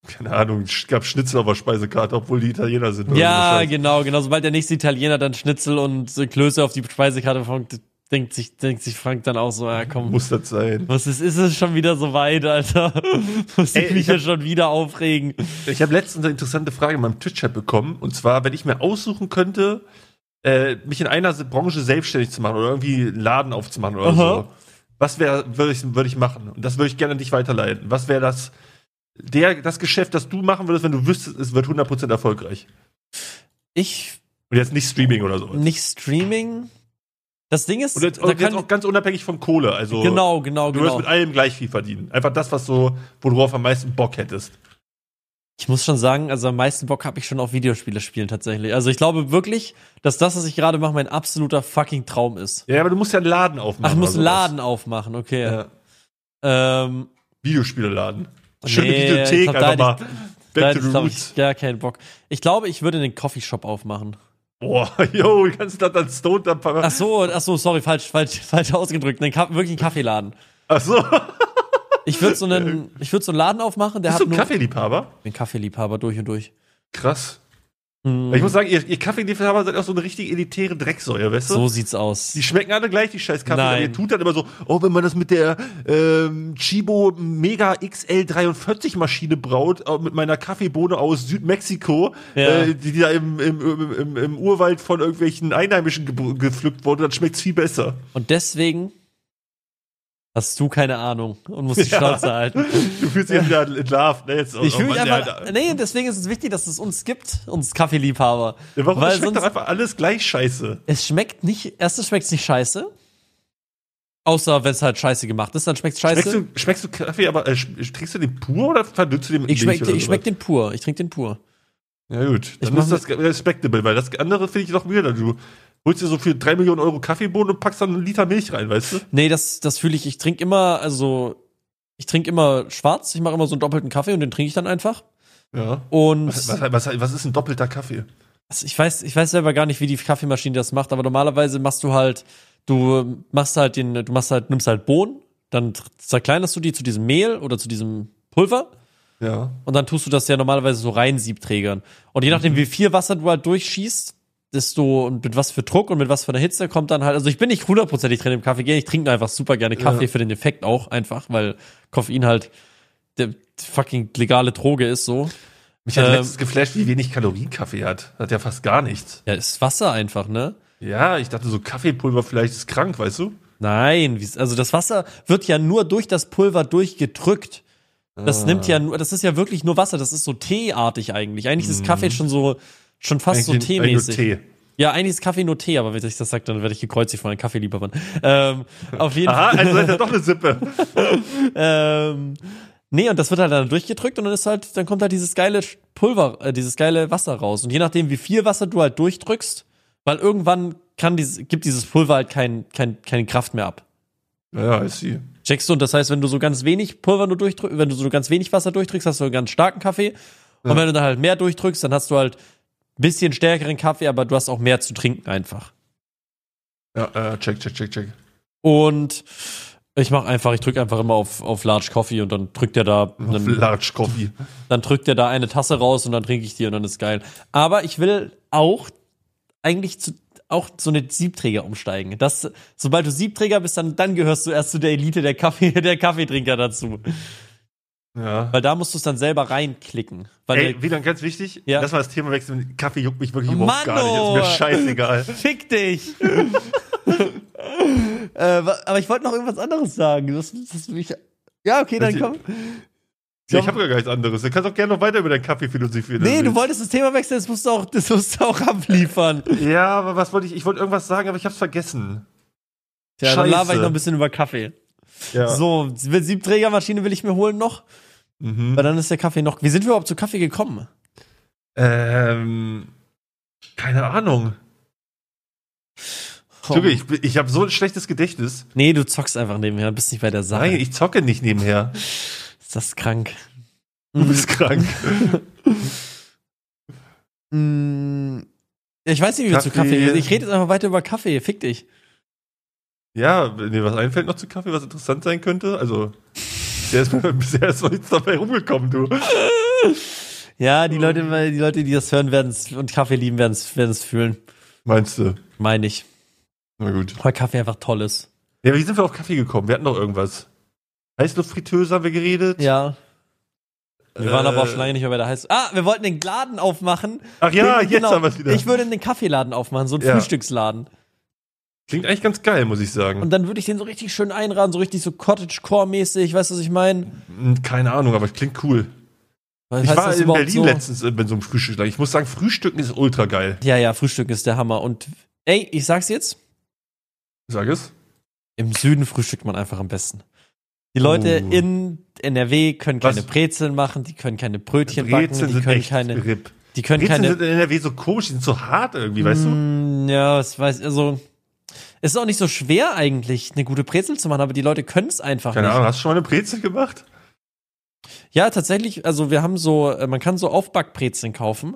Speaker 1: Keine Ahnung, es gab Schnitzel auf der Speisekarte, obwohl die Italiener sind. oder so
Speaker 2: Ja,
Speaker 1: eine Scheiße.
Speaker 2: genau, genau. Sobald der nächste Italiener dann Schnitzel und äh, Klöße auf die Speisekarte verlangt, denkt sich, denkt sich Frank dann auch so, ja komm,
Speaker 1: Muss das sein.
Speaker 2: was ist, ist es schon wieder so weit, Alter? Muss
Speaker 1: Ey,
Speaker 2: ich mich
Speaker 1: ich
Speaker 2: ja
Speaker 1: hab-
Speaker 2: schon wieder aufregen.
Speaker 1: Ich habe letztens eine interessante Frage in meinem Twitch-Chat bekommen. Und zwar, wenn ich mir aussuchen könnte, äh, mich in einer Branche selbstständig zu machen oder irgendwie einen Laden aufzumachen oder
Speaker 2: Aha.
Speaker 1: so, was wäre, würde ich, würd ich machen? Und das würde ich gerne an dich weiterleiten. Was wäre das, der, das Geschäft, das du machen würdest, wenn du wüsstest, es wird 100% erfolgreich?
Speaker 2: Ich,
Speaker 1: Und jetzt nicht Streaming oder so. Und
Speaker 2: nicht Streaming. Das Ding ist,
Speaker 1: jetzt,
Speaker 2: da
Speaker 1: und jetzt
Speaker 2: kann,
Speaker 1: auch ganz unabhängig von Kohle. Also,
Speaker 2: genau, genau,
Speaker 1: Du wirst
Speaker 2: genau.
Speaker 1: mit allem gleich viel verdienen. Einfach das, was so, wo du auf am meisten Bock hättest.
Speaker 2: Ich muss schon sagen, also am meisten Bock habe ich schon auf Videospiele spielen tatsächlich. Also ich glaube wirklich, dass das, was ich gerade mache, mein absoluter fucking Traum ist.
Speaker 1: Ja, aber du musst ja einen Laden
Speaker 2: Ach,
Speaker 1: aufmachen.
Speaker 2: ich muss einen
Speaker 1: oder sowas.
Speaker 2: Laden aufmachen, okay.
Speaker 1: Ja.
Speaker 2: Ähm,
Speaker 1: Videospiele laden. Schöne
Speaker 2: Nee, ich
Speaker 1: Videothek,
Speaker 2: hab
Speaker 1: einfach
Speaker 2: da
Speaker 1: mal.
Speaker 2: Da
Speaker 1: Back to
Speaker 2: hätte
Speaker 1: the
Speaker 2: ich, glaub ich,
Speaker 1: roots.
Speaker 2: gar keinen Bock. Ich glaube, ich würde einen Coffeeshop aufmachen.
Speaker 1: Boah, yo, wie kannst du das dann Stone da
Speaker 2: Ach
Speaker 1: ver-
Speaker 2: so, ach so, sorry, falsch, falsch, falsch ausgedrückt. Einen Ka wirklich einen Kaffeeladen.
Speaker 1: Ach so.
Speaker 2: Ich würde so einen, ich würde so einen Laden aufmachen, der
Speaker 1: Bist
Speaker 2: hat
Speaker 1: du ein
Speaker 2: nur
Speaker 1: Kaffeeliebhaber?
Speaker 2: Ich bin Kaffeeliebhaber durch und durch.
Speaker 1: Krass.
Speaker 2: Hm.
Speaker 1: Ich muss sagen, ihr, ihr Kaffeeliebhaber seid auch so eine richtige elitäre Drecksäure, weißt du?
Speaker 2: so sieht's aus.
Speaker 1: Die schmecken alle gleich, die scheiß Kaffee.
Speaker 2: Nein.
Speaker 1: Aber ihr tut dann immer so, oh, wenn man das mit der ähm, Chibo Mega XL43 Maschine braut, äh, mit meiner Kaffeebohne aus Südmexiko,
Speaker 2: Ja.
Speaker 1: äh, die, die da im, im, im, im, im Urwald von irgendwelchen Einheimischen gebr- gepflückt wurde, dann schmeckt's viel besser.
Speaker 2: Und deswegen hast du keine Ahnung und musst die
Speaker 1: Ja.
Speaker 2: Schnauze halten.
Speaker 1: Du fühlst dich ja wieder entlarvt. Ne? Jetzt, oh,
Speaker 2: Ich
Speaker 1: oh
Speaker 2: fühle mich
Speaker 1: Mann,
Speaker 2: einfach.
Speaker 1: der hat-
Speaker 2: Nee, deswegen ist es wichtig, dass es uns gibt, uns Kaffeeliebhaber.
Speaker 1: Warum
Speaker 2: Weil
Speaker 1: schmeckt
Speaker 2: sonst,
Speaker 1: doch einfach alles gleich scheiße?
Speaker 2: es schmeckt nicht, erstens schmeckt es nicht scheiße. Außer wenn es halt scheiße gemacht ist, dann schmeckt es scheiße.
Speaker 1: Schmeckst du, schmeckst du Kaffee, aber äh, sch- trinkst du den pur oder verdünnst du den mit
Speaker 2: ich schmeck,
Speaker 1: Milch oder
Speaker 2: ich schmeck
Speaker 1: sowas?
Speaker 2: den pur, ich trinke den pur.
Speaker 1: Ja gut, dann
Speaker 2: mach
Speaker 1: ist das respectable, weil das andere finde ich doch wieder. Du holst dir so für 3 Millionen Euro Kaffeebohnen und packst dann einen Liter Milch rein, weißt du?
Speaker 2: Nee, das, das fühle ich. Ich trinke immer, also ich trinke immer schwarz, ich mache immer so einen doppelten Kaffee und den trinke ich dann einfach.
Speaker 1: Ja.
Speaker 2: Und
Speaker 1: Was, was, was, was ist ein doppelter Kaffee?
Speaker 2: Also Ich weiß, ich weiß selber gar nicht, wie die Kaffeemaschine das macht, aber normalerweise machst du halt, du machst halt den, du machst halt, nimmst halt Bohnen, dann tr- zerkleinerst du die zu diesem Mehl oder zu diesem Pulver
Speaker 1: Ja.
Speaker 2: und dann tust du das ja normalerweise so rein Siebträgern. Und je
Speaker 1: Mhm.
Speaker 2: nachdem, wie viel Wasser du halt durchschießt, desto und mit was für Druck und mit was für einer Hitze kommt dann halt, also ich bin nicht hundertprozentig drin im Kaffee, gehen, ich trinke einfach super gerne Kaffee
Speaker 1: Ja.
Speaker 2: für den Effekt auch einfach, weil Koffein halt der fucking legale Droge ist so.
Speaker 1: Mich hat
Speaker 2: Ähm.
Speaker 1: letztens geflasht, wie wenig Kalorien Kaffee hat. Hat ja fast gar nichts.
Speaker 2: Ja, ist Wasser einfach, ne?
Speaker 1: Ja, ich dachte so, Kaffeepulver vielleicht ist krank, weißt du?
Speaker 2: Nein, wie's- also das Wasser wird ja nur durch das Pulver durchgedrückt. Das nimmt
Speaker 1: Ah.
Speaker 2: ja nur, das ist ja wirklich nur Wasser, das ist so teeartig eigentlich. Eigentlich ist Kaffee schon so, schon fast so
Speaker 1: Mhm. Eigentlich- eigentlich
Speaker 2: teemäßig.
Speaker 1: Tee.
Speaker 2: Ja, eigentlich ist Kaffee nur Tee, aber wenn ich das sage, dann werde ich gekreuzigt von einem Kaffeeliebermann. Ähm, auf jeden
Speaker 1: Aha,
Speaker 2: Fall.
Speaker 1: also ist ja doch eine Sippe.
Speaker 2: Ähm, nee, und das wird halt dann durchgedrückt und dann ist halt, dann kommt halt dieses geile Pulver, äh, dieses geile Wasser raus. Und je nachdem, wie viel Wasser du halt durchdrückst, weil irgendwann kann dieses, gibt dieses Pulver halt kein, kein, keine Kraft mehr ab.
Speaker 1: Ja, ist sie.
Speaker 2: Checkst du, und das heißt, wenn du so ganz wenig Pulver nur durchdrückst, wenn du so ganz wenig Wasser durchdrückst, hast du einen ganz starken Kaffee. Und wenn du dann halt mehr durchdrückst, dann hast du halt ein bisschen stärkeren Kaffee, aber du hast auch mehr zu trinken einfach.
Speaker 1: Ja, äh, check, check, check, check.
Speaker 2: Und ich mach einfach, ich drück einfach immer auf, auf Large Coffee und dann drückt er da, dann,
Speaker 1: Large Coffee.
Speaker 2: dann drückt er da eine Tasse raus und dann trinke ich die und dann ist geil. Aber ich will auch eigentlich zu, auch so eine Siebträger umsteigen. Das, sobald du Siebträger bist, dann, dann gehörst du erst zu der Elite der Kaffee, der Kaffeetrinker dazu.
Speaker 1: Ja.
Speaker 2: Weil da musst du es dann selber reinklicken. Weil
Speaker 1: Ey,
Speaker 2: der-
Speaker 1: wieder ganz wichtig,
Speaker 2: Ja.
Speaker 1: lass mal das Thema wechseln. Kaffee juckt mich wirklich
Speaker 2: Oh,
Speaker 1: überhaupt gar
Speaker 2: Mann,
Speaker 1: nicht. Ist mir
Speaker 2: oh.
Speaker 1: scheißegal.
Speaker 2: Fick dich! äh, wa- aber ich wollte noch irgendwas anderes sagen. Das, das mich, ja, okay, dann
Speaker 1: Was-
Speaker 2: komm.
Speaker 1: Ja, ich habe gar nichts anderes. Du kannst auch gerne noch weiter über deinen Kaffee philosophieren.
Speaker 2: Nee,
Speaker 1: wenn
Speaker 2: du
Speaker 1: willst.
Speaker 2: wolltest das Thema wechseln, das musst du auch, das musst du auch abliefern.
Speaker 1: Ja, aber was wollte ich? Ich wollte irgendwas sagen, aber ich hab's vergessen.
Speaker 2: Tja, dann
Speaker 1: Scheiße.
Speaker 2: laber ich noch ein bisschen über Kaffee.
Speaker 1: Ja.
Speaker 2: So, die Siebträgermaschine will ich mir holen noch,
Speaker 1: Mhm.
Speaker 2: weil dann ist der Kaffee noch. Wie sind wir überhaupt zu Kaffee gekommen?
Speaker 1: Ähm, keine Ahnung. Entschuldigung, ich, bin- ich habe so ein schlechtes Gedächtnis.
Speaker 2: Nee, du zockst einfach nebenher, bist nicht bei der Sache.
Speaker 1: Nein, ich zocke nicht nebenher.
Speaker 2: Ist das krank? Mhm.
Speaker 1: Du bist krank.
Speaker 2: Mm, ich weiß nicht, wie wir zu Kaffee
Speaker 1: Kaffee.
Speaker 2: gehen. Ich rede jetzt einfach weiter über Kaffee. Fick dich.
Speaker 1: Ja, wenn dir was einfällt noch zu Kaffee, was interessant sein könnte, also bisher ist, bisher ist noch nichts dabei rumgekommen, du.
Speaker 2: Ja, die
Speaker 1: Oh.
Speaker 2: Leute, die Leute, die das hören werden's, und Kaffee lieben, werden es fühlen.
Speaker 1: Meinst du?
Speaker 2: Meine ich.
Speaker 1: Na gut.
Speaker 2: Weil Kaffee einfach toll ist.
Speaker 1: Ja, wie sind wir auf Kaffee gekommen? Wir hatten doch irgendwas. Heißluftfritteuse haben wir geredet.
Speaker 2: Ja. Wir waren
Speaker 1: Äh,
Speaker 2: aber auch schon lange nicht mehr bei der Heiß. Ah, wir wollten den Laden aufmachen.
Speaker 1: Ach ja,
Speaker 2: den,
Speaker 1: jetzt haben wir's wieder.
Speaker 2: Genau. Ich würde einen Kaffeeladen aufmachen, so einen
Speaker 1: Ja.
Speaker 2: Frühstücksladen.
Speaker 1: Klingt eigentlich ganz geil, muss ich sagen.
Speaker 2: Und dann würde ich den so richtig schön einrahmen, so richtig so Cottagecore-mäßig, weißt du, was ich meine?
Speaker 1: Hm, Keine Ahnung, aber es klingt cool. Ich war in Berlin letztens äh, bei so einem Frühstück. Ich muss sagen, Frühstücken ist ultra geil.
Speaker 2: Ja, ja, Frühstück ist der Hammer. Und ey, ich sag's jetzt,
Speaker 1: Sag es.
Speaker 2: Im Süden frühstückt man einfach am besten. Die Leute
Speaker 1: Oh.
Speaker 2: in NRW können
Speaker 1: Was?
Speaker 2: keine Brezeln machen, die können keine Brötchen backen, die
Speaker 1: sind
Speaker 2: können
Speaker 1: echt
Speaker 2: keine,
Speaker 1: RIP.
Speaker 2: die können
Speaker 1: Brezen sind
Speaker 2: keine,
Speaker 1: in NRW so komisch, die sind so hart irgendwie, weißt du?
Speaker 2: Mm, ja, was weiß, also, es ist auch nicht so schwer eigentlich, eine gute Brezel zu machen, aber die Leute können es einfach
Speaker 1: Keine
Speaker 2: nicht.
Speaker 1: Ahnung, hast du schon mal eine Brezel gemacht?
Speaker 2: Ja, tatsächlich, also wir haben so, äh, man kann so Aufbackbrezeln kaufen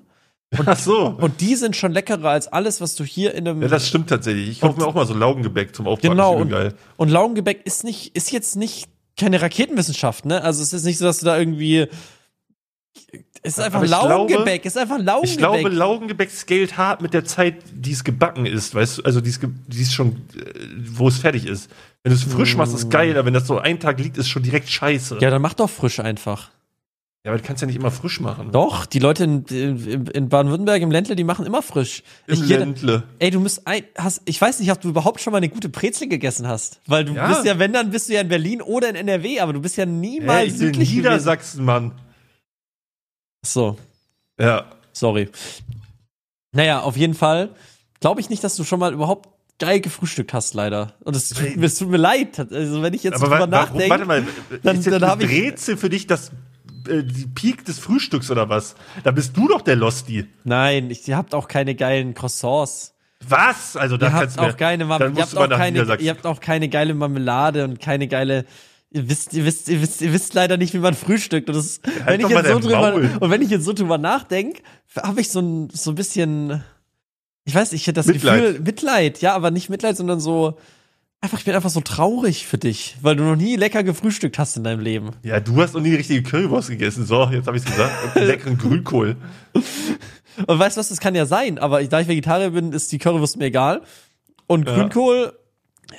Speaker 1: Ach so.
Speaker 2: und die sind schon leckerer als alles, was du hier in einem,
Speaker 1: Ja, das stimmt tatsächlich. Ich kaufe mir auch mal so Laugengebäck zum Aufbacken.
Speaker 2: Genau,
Speaker 1: Ist
Speaker 2: und-
Speaker 1: geil.
Speaker 2: Und Laugengebäck ist nicht, ist jetzt nicht keine Raketenwissenschaft, ne? Also es ist nicht so, dass du da irgendwie Es ist einfach
Speaker 1: Aber ich
Speaker 2: Laugengebäck, es ist einfach Laugengebäck.
Speaker 1: Ich glaube, Laugengebäck scaled hart mit der Zeit, die es gebacken ist, weißt du, also die es, ge- die es schon, äh, wo es fertig ist. Wenn du es frisch machst, ist geil, aber wenn das so einen Tag liegt, ist schon direkt scheiße.
Speaker 2: Mm. ja, dann mach doch frisch einfach.
Speaker 1: Ja, aber du kannst ja nicht immer frisch machen.
Speaker 2: Doch, die Leute in, in, in Baden-Württemberg im Ländle, die machen immer frisch.
Speaker 1: Im
Speaker 2: ich, jeder-
Speaker 1: Ländle.
Speaker 2: Ey, du musst ein, hast, ich weiß nicht, ob du überhaupt schon mal eine gute Brezel gegessen hast. Weil du
Speaker 1: Ja.
Speaker 2: bist ja, wenn, dann bist du ja in Berlin oder in NRW, aber du bist ja
Speaker 1: Hä,
Speaker 2: niemals
Speaker 1: ich bin
Speaker 2: südlich gewesen.
Speaker 1: Niedersachsen, Mann.
Speaker 2: So,
Speaker 1: Ja.
Speaker 2: sorry. Naja, auf jeden Fall glaube ich nicht, dass du schon mal überhaupt geil gefrühstückt hast, leider. Und es tut, es tut mir leid. Also, wenn ich jetzt
Speaker 1: Aber wa
Speaker 2: drüber
Speaker 1: warum,
Speaker 2: nachdenke.
Speaker 1: warte mal,
Speaker 2: dann-
Speaker 1: ist jetzt
Speaker 2: dann
Speaker 1: eine
Speaker 2: hab ich-
Speaker 1: Brezel für dich das äh, die Peak des Frühstücks oder was? Da bist du doch der Losty.
Speaker 2: Nein, ich, ihr habt auch keine geilen Croissants.
Speaker 1: Was? Also da
Speaker 2: Ihr
Speaker 1: kannst
Speaker 2: habt
Speaker 1: du mir-
Speaker 2: auch keine Mam-
Speaker 1: Dann
Speaker 2: ihr
Speaker 1: musst
Speaker 2: habt
Speaker 1: du mal
Speaker 2: auch
Speaker 1: nach
Speaker 2: keine,
Speaker 1: Niedersachsen.
Speaker 2: ihr habt auch keine geile Marmelade und keine geile. Ihr wisst, ihr wisst, ihr wisst, ihr wisst leider nicht, wie man frühstückt. Und, das, wenn
Speaker 1: halt
Speaker 2: ich
Speaker 1: doch mal
Speaker 2: jetzt so
Speaker 1: dein
Speaker 2: drüber,
Speaker 1: Maul.
Speaker 2: und wenn ich jetzt so drüber nachdenke, habe ich so ein, so ein bisschen, ich weiß, nicht, ich hätte das
Speaker 1: Mitleid.
Speaker 2: Gefühl, Mitleid, ja, aber nicht Mitleid, sondern so, einfach, ich bin einfach so traurig für dich, weil du noch nie lecker gefrühstückt hast in deinem Leben.
Speaker 1: Ja, du hast noch nie die richtige Currywurst gegessen. So, jetzt habe ich es gesagt. Und einen leckeren Grünkohl.
Speaker 2: Und weißt du was, das kann ja sein, aber ich, da ich Vegetarier bin, ist die Currywurst mir egal. Und Grünkohl,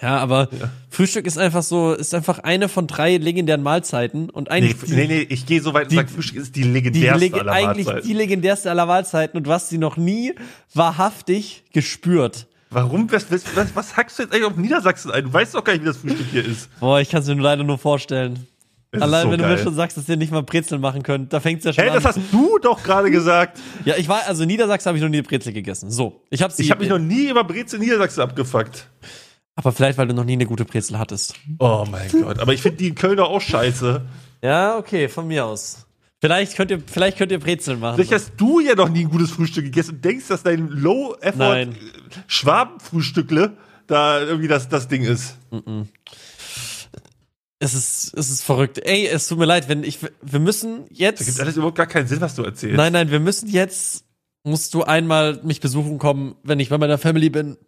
Speaker 2: ja, aber Frühstück ist einfach so, ist einfach eine von drei legendären Mahlzeiten und
Speaker 1: Nee,
Speaker 2: eigentlich
Speaker 1: f-
Speaker 2: die,
Speaker 1: nee, nee, ich gehe so weit und
Speaker 2: die-
Speaker 1: sage, Frühstück ist die
Speaker 2: die,
Speaker 1: legendärste
Speaker 2: lege-
Speaker 1: aller
Speaker 2: eigentlich
Speaker 1: Mahlzeiten.
Speaker 2: die legendärste aller Mahlzeiten und was sie noch nie wahrhaftig gespürt.
Speaker 1: Warum? Was, was, was, was hackst du jetzt eigentlich auf Niedersachsen ein? Du weißt doch gar nicht, wie das Frühstück hier ist.
Speaker 2: Boah, ich kann es mir leider nur vorstellen.
Speaker 1: Es
Speaker 2: Allein
Speaker 1: ist so
Speaker 2: wenn du
Speaker 1: geil.
Speaker 2: mir schon sagst, dass ihr nicht mal Brezeln machen könnt, da fängt's ja schon
Speaker 1: Hey,
Speaker 2: an.
Speaker 1: das hast du doch gerade gesagt.
Speaker 2: ja, ich war also in Niedersachsen habe ich noch nie Brezel gegessen. So, ich habe sie
Speaker 1: Ich habe mich noch nie über Brezel in Niedersachsen abgefuckt.
Speaker 2: aber vielleicht weil du noch nie eine gute Brezel hattest.
Speaker 1: Oh mein Gott. Aber ich finde die in Köln doch auch scheiße.
Speaker 2: Ja, okay, von mir aus. Vielleicht könnt ihr, vielleicht könnt ihr Brezeln machen.
Speaker 1: Vielleicht hast du ja noch nie ein gutes Frühstück gegessen und denkst, dass dein
Speaker 2: Nein.
Speaker 1: Low-Effort-Schwabenfrühstückle da irgendwie das, das Ding ist.
Speaker 2: Es ist, es ist verrückt. Ey, es tut mir leid, wenn ich, wir müssen
Speaker 1: Da gibt
Speaker 2: jetzt.
Speaker 1: alles überhaupt gar keinen Sinn, was du erzählst.
Speaker 2: Nein, nein, wir müssen jetzt. Musst du einmal mich besuchen kommen, wenn ich bei meiner Family bin.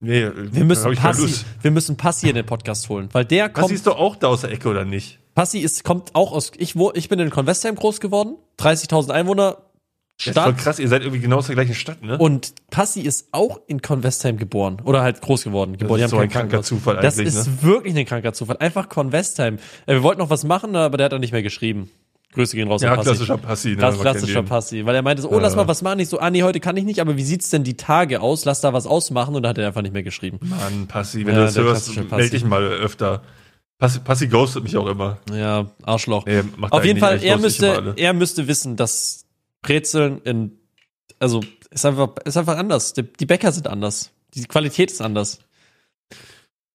Speaker 1: Nee,
Speaker 2: Wir müssen Passi, wir müssen Passi in den Podcast holen, weil der kommt.
Speaker 1: Passi ist doch auch da aus der Ecke, oder nicht?
Speaker 2: Passi ist, kommt auch aus. Ich, wo, ich bin in Convestheim groß geworden, 30.000 Einwohner,
Speaker 1: Das ist voll
Speaker 2: Stadt.
Speaker 1: krass, ihr seid irgendwie genau aus der gleichen Stadt, ne?
Speaker 2: Und Passi ist auch in Convestheim geboren oder halt groß geworden. Geboren.
Speaker 1: ist
Speaker 2: Die
Speaker 1: so
Speaker 2: haben
Speaker 1: ein
Speaker 2: kein
Speaker 1: kranker
Speaker 2: Krankenhaus.
Speaker 1: Zufall
Speaker 2: Das
Speaker 1: eigentlich, ne?
Speaker 2: ist wirklich ein kranker Zufall. Einfach Convestheim. Äh, wir wollten noch was machen, aber der hat dann nicht mehr geschrieben. Grüße gehen raus.
Speaker 1: ja,
Speaker 2: an Passi.
Speaker 1: klassischer Passi, ne?
Speaker 2: Klass
Speaker 1: Man kennt
Speaker 2: klassischer
Speaker 1: ihn. Äh.
Speaker 2: Passi. Weil er meinte so, oh, lass mal was machen. Ich so, ah nee, heute kann ich nicht, aber wie sieht's denn die Tage aus? Lass da was ausmachen. Und da hat er einfach nicht mehr geschrieben.
Speaker 1: Mann, Passi, wenn
Speaker 2: Ja,
Speaker 1: du das
Speaker 2: der
Speaker 1: hörst,
Speaker 2: klassische Passi.
Speaker 1: melde dich mal öfter. Passi, Passi ghostet mich auch immer.
Speaker 2: Ja, Arschloch.
Speaker 1: Nee, macht
Speaker 2: Auf
Speaker 1: eigentlich
Speaker 2: jeden
Speaker 1: nicht,
Speaker 2: Fall,
Speaker 1: ich
Speaker 2: er
Speaker 1: ghost nicht immer
Speaker 2: müsste,
Speaker 1: alle.
Speaker 2: er müsste wissen, dass Brezeln in, also, ist einfach, ist einfach anders. Die, die Bäcker sind anders. Die Qualität ist anders.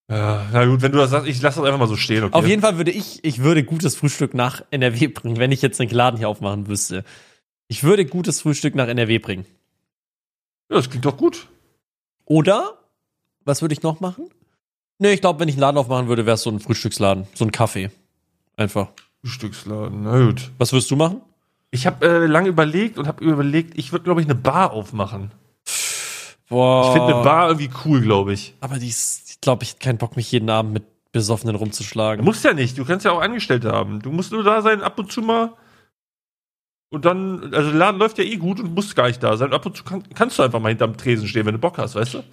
Speaker 1: Ja, na gut, wenn du das sagst, ich lass das einfach mal so stehen, okay?
Speaker 2: Auf jeden Fall würde ich, ich würde gutes Frühstück nach NRW bringen, wenn ich jetzt den Laden hier aufmachen wüsste. Ich würde gutes Frühstück nach NRW bringen.
Speaker 1: ja, das klingt doch gut.
Speaker 2: Oder, was würde ich noch machen? Nee, ich glaube, wenn ich einen Laden aufmachen würde, wäre es so ein Frühstücksladen, so ein Kaffee. Einfach.
Speaker 1: Frühstücksladen, na gut.
Speaker 2: Was würdest du machen?
Speaker 1: Ich habe äh, lange überlegt und habe überlegt, ich würde, glaube ich, eine Bar aufmachen.
Speaker 2: Boah.
Speaker 1: Ich
Speaker 2: Oh.
Speaker 1: finde eine Bar irgendwie cool, glaube ich.
Speaker 2: Aber die ist, ich glaube, ich hätte keinen Bock, mich jeden Abend mit Besoffenen rumzuschlagen.
Speaker 1: Muss ja nicht, du kannst ja auch Angestellte haben. Du musst nur da sein, ab und zu mal. Und dann, also der Laden läuft ja eh gut und musst gar nicht da sein. Ab und zu kann, kannst du einfach mal hinterm Tresen stehen, wenn du Bock hast, weißt du?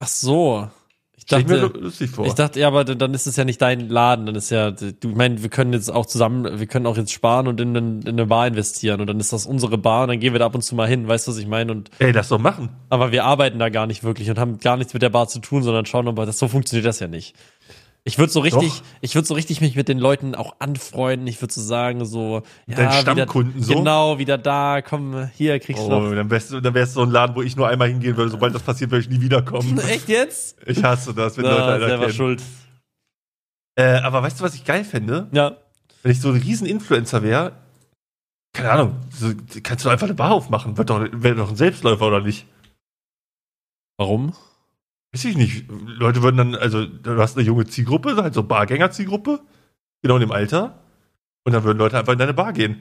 Speaker 2: Ach so. Ich
Speaker 1: Stell ich mir
Speaker 2: dachte,
Speaker 1: lu- lustig vor.
Speaker 2: ich dachte, ja, aber dann dann ist es ja nicht dein Laden, dann ist ja, du, ich meine, wir können jetzt auch zusammen, wir können auch jetzt sparen und in, in eine Bar investieren und dann ist das unsere Bar und dann gehen wir da ab und zu mal hin, weißt du, was ich meine? Und
Speaker 1: Ey, lass doch machen.
Speaker 2: aber wir arbeiten da gar nicht wirklich und haben gar nichts mit der Bar zu tun, sondern schauen, aber das so funktioniert das ja nicht. Ich würde so richtig,
Speaker 1: Doch.
Speaker 2: ich würde so richtig mich mit den Leuten auch anfreunden. Ich würde so sagen, so
Speaker 1: deinen
Speaker 2: wieder-
Speaker 1: Stammkunden so?
Speaker 2: Genau, wieder da, komm, hier kriegst du
Speaker 1: Oh,
Speaker 2: noch.
Speaker 1: dann wärst du- dann wär's so ein Laden, wo ich nur einmal hingehen würde. Sobald das passiert, würde ich nie wiederkommen.
Speaker 2: Echt jetzt?
Speaker 1: Ich hasse das, wenn Leute
Speaker 2: Na,
Speaker 1: Oh. einer
Speaker 2: selber
Speaker 1: kennen.
Speaker 2: schuld.
Speaker 1: Äh, aber weißt du, was ich geil fände?
Speaker 2: Ja,
Speaker 1: wenn ich so ein Riesen-Influencer wäre, keine Ahnung, so, kannst du doch einfach eine Bar aufmachen. Wird doch, wär doch ein Selbstläufer oder nicht?
Speaker 2: warum?
Speaker 1: Weiß ich nicht. Leute würden dann, also du hast eine junge Zielgruppe, halt so Bargänger-Zielgruppe, genau in dem Alter. Und dann würden Leute einfach in deine Bar gehen.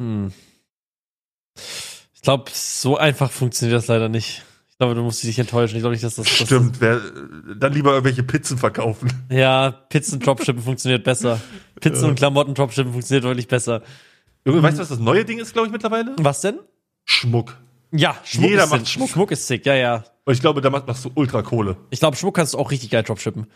Speaker 2: Hm. Ich glaube, so einfach funktioniert das leider nicht. Ich glaube, du musst dich enttäuschen. Ich glaube nicht, dass das. dass
Speaker 1: Stimmt, wer, dann lieber irgendwelche Pizzen verkaufen.
Speaker 2: Das, ja, Pizzen Dropshippen funktioniert besser. Pizzen und Klamotten Dropshippen funktioniert deutlich besser.
Speaker 1: Junge, weißt du, was das neue Ding ist, glaube ich, mittlerweile?
Speaker 2: Was denn?
Speaker 1: Schmuck.
Speaker 2: Ja, Schmuck
Speaker 1: Jeder
Speaker 2: ist
Speaker 1: macht
Speaker 2: sick.
Speaker 1: Schmuck.
Speaker 2: Schmuck ist sick, ja, ja.
Speaker 1: Und ich glaube, da machst- machst du ultra Kohle.
Speaker 2: Ich glaube, Schmuck kannst du auch richtig geil dropshippen.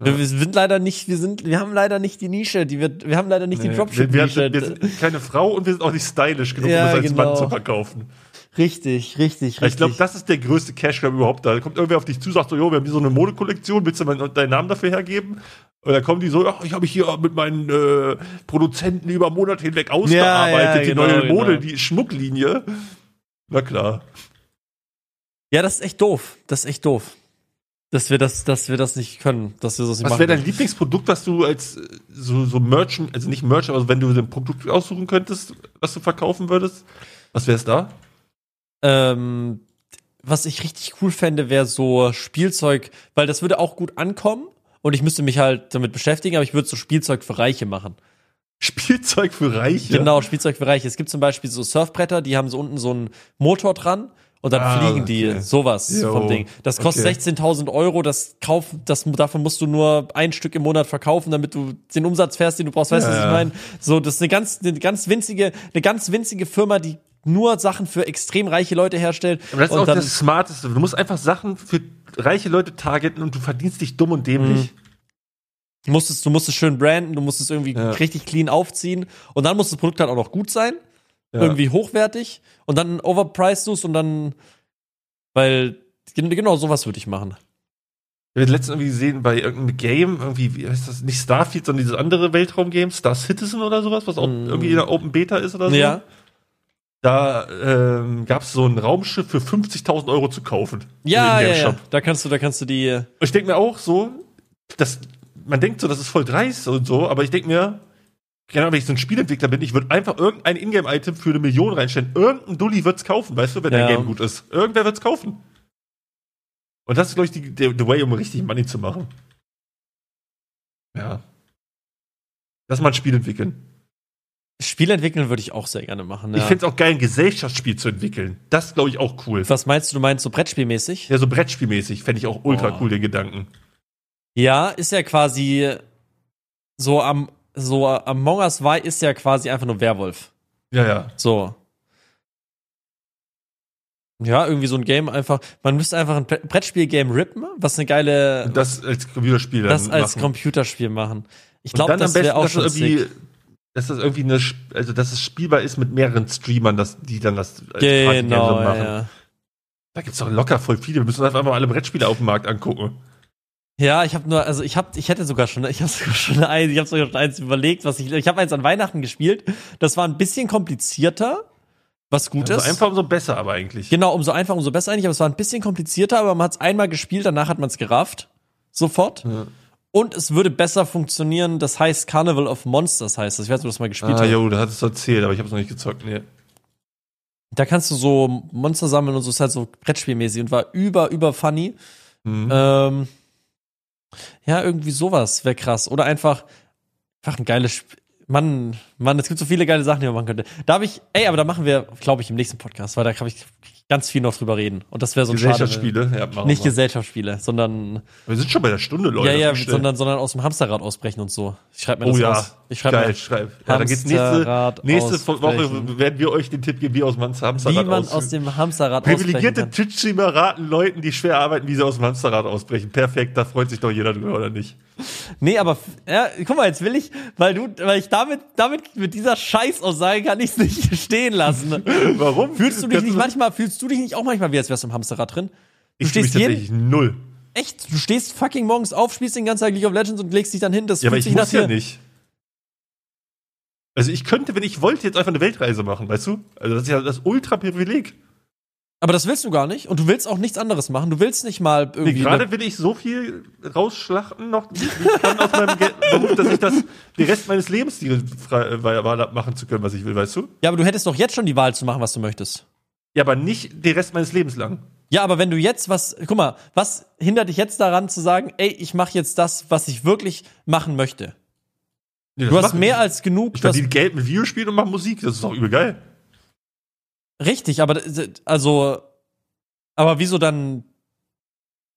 Speaker 2: Wir, wir sind leider nicht, wir sind, wir haben leider nicht die Nische, die wir, wir haben leider nicht die
Speaker 1: wir, wir, wir
Speaker 2: Dropship-Nische.
Speaker 1: sind keine Frau und wir sind auch nicht stylisch genug,
Speaker 2: Ja,
Speaker 1: um das als
Speaker 2: genau.
Speaker 1: Mann zu verkaufen.
Speaker 2: Richtig, richtig, richtig.
Speaker 1: Ich glaube, das ist der größte Cash Grab überhaupt. Da kommt irgendwer auf dich zu, sagt so, jo, wir haben hier so eine Modekollektion, willst du mal deinen Namen dafür hergeben? Und dann kommen die so, ach, ich habe mich hier mit meinen äh, Produzenten über Monate hinweg ausgearbeitet,
Speaker 2: ja,
Speaker 1: die
Speaker 2: genau,
Speaker 1: neue Mode,
Speaker 2: genau.
Speaker 1: die Schmucklinie. Na klar.
Speaker 2: ja, das ist echt doof. Das ist echt doof. Dass wir das, dass wir das nicht können, dass wir das nicht
Speaker 1: Was
Speaker 2: machen.
Speaker 1: wäre dein
Speaker 2: können.
Speaker 1: Lieblingsprodukt, was du als äh, so, so Merchant, also nicht Merchant, aber wenn du ein Produkt aussuchen könntest, was du verkaufen würdest? Was wäre es da?
Speaker 2: Ähm, was ich richtig cool fände, wäre so Spielzeug, weil das würde auch gut ankommen und ich müsste mich halt damit beschäftigen, aber ich würde so Spielzeug für Reiche machen.
Speaker 1: Spielzeug für Reiche.
Speaker 2: Genau, Spielzeug für Reiche. Es gibt zum Beispiel so Surfbretter, die haben so unten so einen Motor dran und dann
Speaker 1: Ah,
Speaker 2: fliegen die.
Speaker 1: okay.
Speaker 2: Sowas
Speaker 1: Jo,
Speaker 2: vom Ding. Das kostet
Speaker 1: okay.
Speaker 2: 16.000 Euro. Das Kauf, das, davon musst du nur ein Stück im Monat verkaufen, damit du den Umsatz fährst, den du brauchst. Weißt du,
Speaker 1: Ja,
Speaker 2: was ich
Speaker 1: ja.
Speaker 2: meine? So, das ist eine ganz, eine ganz winzige, eine ganz winzige Firma, die nur Sachen für extrem reiche Leute herstellt.
Speaker 1: Aber das ist
Speaker 2: und
Speaker 1: auch
Speaker 2: dann,
Speaker 1: das Smarteste. Du musst einfach Sachen für reiche Leute targeten und du verdienst dich dumm und dämlich. Mhm.
Speaker 2: musstest, du musst es schön branden, du musst es irgendwie
Speaker 1: Ja.
Speaker 2: richtig clean aufziehen und dann muss das Produkt halt auch noch gut sein, irgendwie hochwertig und dann overpriced du es und dann, weil gen- genau sowas würde ich machen.
Speaker 1: Ich habe letztens irgendwie gesehen bei irgendeinem Game, irgendwie, wie heißt das, nicht Starfield, sondern dieses andere Weltraum-Game, Star Citizen oder sowas, was auch
Speaker 2: Mhm.
Speaker 1: irgendwie in der Open Beta ist oder so.
Speaker 2: Ja,
Speaker 1: Da ähm, gab es so ein Raumschiff für 50.000 Euro zu kaufen.
Speaker 2: ja,
Speaker 1: Im
Speaker 2: ja,
Speaker 1: Game
Speaker 2: ja.
Speaker 1: Shop.
Speaker 2: da kannst du, da kannst du die. äh,
Speaker 1: Und ich denke mir auch so, dass man denkt so, das ist voll dreist und so, aber ich denke mir, genau, wenn ich so ein Spielentwickler bin, ich würde einfach irgendein Ingame-Item für eine Million reinstellen. Irgendein Dulli wird's kaufen, weißt du, wenn
Speaker 2: Ja.
Speaker 1: dein Game gut ist. Irgendwer wird's kaufen. Und das ist, glaube ich, die, der, the way, um richtig Money zu machen. Ja. Lass mal ein Spiel entwickeln.
Speaker 2: Spiel entwickeln würde ich auch sehr gerne machen.
Speaker 1: Ich
Speaker 2: Ja.
Speaker 1: find's auch geil, ein Gesellschaftsspiel zu entwickeln. Das glaube ich auch cool.
Speaker 2: Was meinst du, du meinst so Brettspielmäßig?
Speaker 1: Ja, so Brettspielmäßig fände ich auch ultra
Speaker 2: Oh.
Speaker 1: cool, den Gedanken.
Speaker 2: Ja, ist ja quasi so am so Among Us war ist ja quasi einfach nur Werwolf.
Speaker 1: Ja, ja.
Speaker 2: So. Ja, irgendwie so ein Game einfach. Man müsste einfach ein Bre- Brettspiel-Game rippen, was eine geile.
Speaker 1: Und das als Computerspiel dann
Speaker 2: das als
Speaker 1: machen.
Speaker 2: Computerspiel machen. Ich
Speaker 1: Und
Speaker 2: glaube,
Speaker 1: dann am
Speaker 2: das
Speaker 1: besten,
Speaker 2: wäre auch
Speaker 1: dass
Speaker 2: schon
Speaker 1: es irgendwie,
Speaker 2: sick.
Speaker 1: dass das irgendwie eine, Sp- also dass es spielbar ist mit mehreren Streamern, dass die dann das als Partygame
Speaker 2: Genau,
Speaker 1: äh, machen.
Speaker 2: ja.
Speaker 1: Da gibt's doch locker voll viele. Wir müssen uns einfach mal alle Brettspiele auf dem Markt angucken.
Speaker 2: Ja, ich habe nur, also ich hab, ich hätte sogar schon, ich habe sogar schon eins, ich habe sogar schon eins überlegt, was ich, ich habe eins an Weihnachten gespielt. Das war ein bisschen komplizierter, was gut
Speaker 1: Umso
Speaker 2: ist.
Speaker 1: einfacher, Also umso besser aber eigentlich.
Speaker 2: Genau, umso einfacher, umso besser eigentlich, aber es war ein bisschen komplizierter, aber man hat es einmal gespielt, danach hat man es gerafft. Sofort.
Speaker 1: Ja.
Speaker 2: Und es würde besser funktionieren, das heißt Carnival of Monsters heißt das. Ich weiß, ob du das mal gespielt
Speaker 1: Ah,
Speaker 2: hast.
Speaker 1: jo, da hattest du erzählt, aber ich hab's noch nicht gezockt. Nee.
Speaker 2: Da kannst du so Monster sammeln und so ist halt so Brettspielmäßig und war über, über funny.
Speaker 1: Hm.
Speaker 2: Ähm, ja, irgendwie sowas wäre krass. Oder einfach, einfach ein geiles Spiel. Mann, Mann, es gibt so viele geile Sachen, die man machen könnte. Da habe ich, ey, aber da machen wir, glaube ich, im nächsten Podcast, weil da kann ich ganz viel noch drüber reden. Und das wäre so ein Schade, ne?
Speaker 1: Gesellschaftsspiele. Ja, machen
Speaker 2: Nicht
Speaker 1: wir. mal.
Speaker 2: Gesellschaftsspiele, sondern
Speaker 1: wir sind schon bei der Stunde, Leute.
Speaker 2: ja, ja,
Speaker 1: Das ist schnell.
Speaker 2: sondern, sondern aus dem Hamsterrad ausbrechen und so. Ich schreibe mir
Speaker 1: Oh
Speaker 2: das
Speaker 1: ja,
Speaker 2: raus. Ich schreibe
Speaker 1: geil,
Speaker 2: mir,
Speaker 1: schreib. Ja, dann geht's nächste,
Speaker 2: Hamsterrad
Speaker 1: nächste
Speaker 2: ausbrechen.
Speaker 1: Woche werden wir euch den Tipp geben, wie aus dem Hamsterrad
Speaker 2: wie man
Speaker 1: auszubrechen.
Speaker 2: aus dem Hamsterrad
Speaker 1: Privilegierte
Speaker 2: ausbrechen kann.
Speaker 1: Twitch-Streamer raten Leuten, die schwer arbeiten, wie sie aus dem Hamsterrad ausbrechen. Perfekt, da freut sich doch jeder drüber, oder nicht?
Speaker 2: Nee, aber f- ja, guck mal, jetzt will ich, weil du, weil ich damit, damit mit dieser Scheißaussage kann ich es nicht stehen lassen.
Speaker 1: Warum?
Speaker 2: fühlst du dich
Speaker 1: Kannst
Speaker 2: nicht manchmal, fühlst du dich nicht auch manchmal wie als wärst du im Hamsterrad drin? Du
Speaker 1: Ich fühle mich
Speaker 2: stehst jeden,
Speaker 1: tatsächlich null.
Speaker 2: echt, du stehst fucking morgens auf, spielst den ganzen Tag League of Legends und legst dich dann hin. Das
Speaker 1: Ja, aber
Speaker 2: fühlt
Speaker 1: ich
Speaker 2: sich nach
Speaker 1: muss ja
Speaker 2: dir-
Speaker 1: nicht. Also ich könnte, wenn ich wollte, jetzt einfach eine Weltreise machen, weißt du? Also das ist ja das Ultra-Privileg.
Speaker 2: Aber das willst du gar nicht und du willst auch nichts anderes machen. Du willst nicht mal irgendwie.
Speaker 1: Nee,
Speaker 2: eine-
Speaker 1: gerade will ich so viel rausschlachten noch wie ich kann aus meinem Ge Beruf, dass ich das den Rest meines Lebens die Fre- äh, Wahl ab- machen zu können, was ich will, weißt du?
Speaker 2: ja, aber du hättest doch jetzt schon die Wahl zu machen, was du möchtest.
Speaker 1: Ja, aber nicht den Rest meines Lebens lang.
Speaker 2: Ja, aber wenn du jetzt was, guck mal, was hindert dich jetzt daran zu sagen, ey, ich mache jetzt das, was ich wirklich machen möchte?
Speaker 1: Nee,
Speaker 2: Du
Speaker 1: das
Speaker 2: hast
Speaker 1: mach
Speaker 2: mehr
Speaker 1: ich.
Speaker 2: als genug.
Speaker 1: Ich
Speaker 2: du hast-
Speaker 1: verdiene Geld mit Videospielen und mache Musik, das ist doch übel geil.
Speaker 2: richtig, aber d- also Aber wieso dann,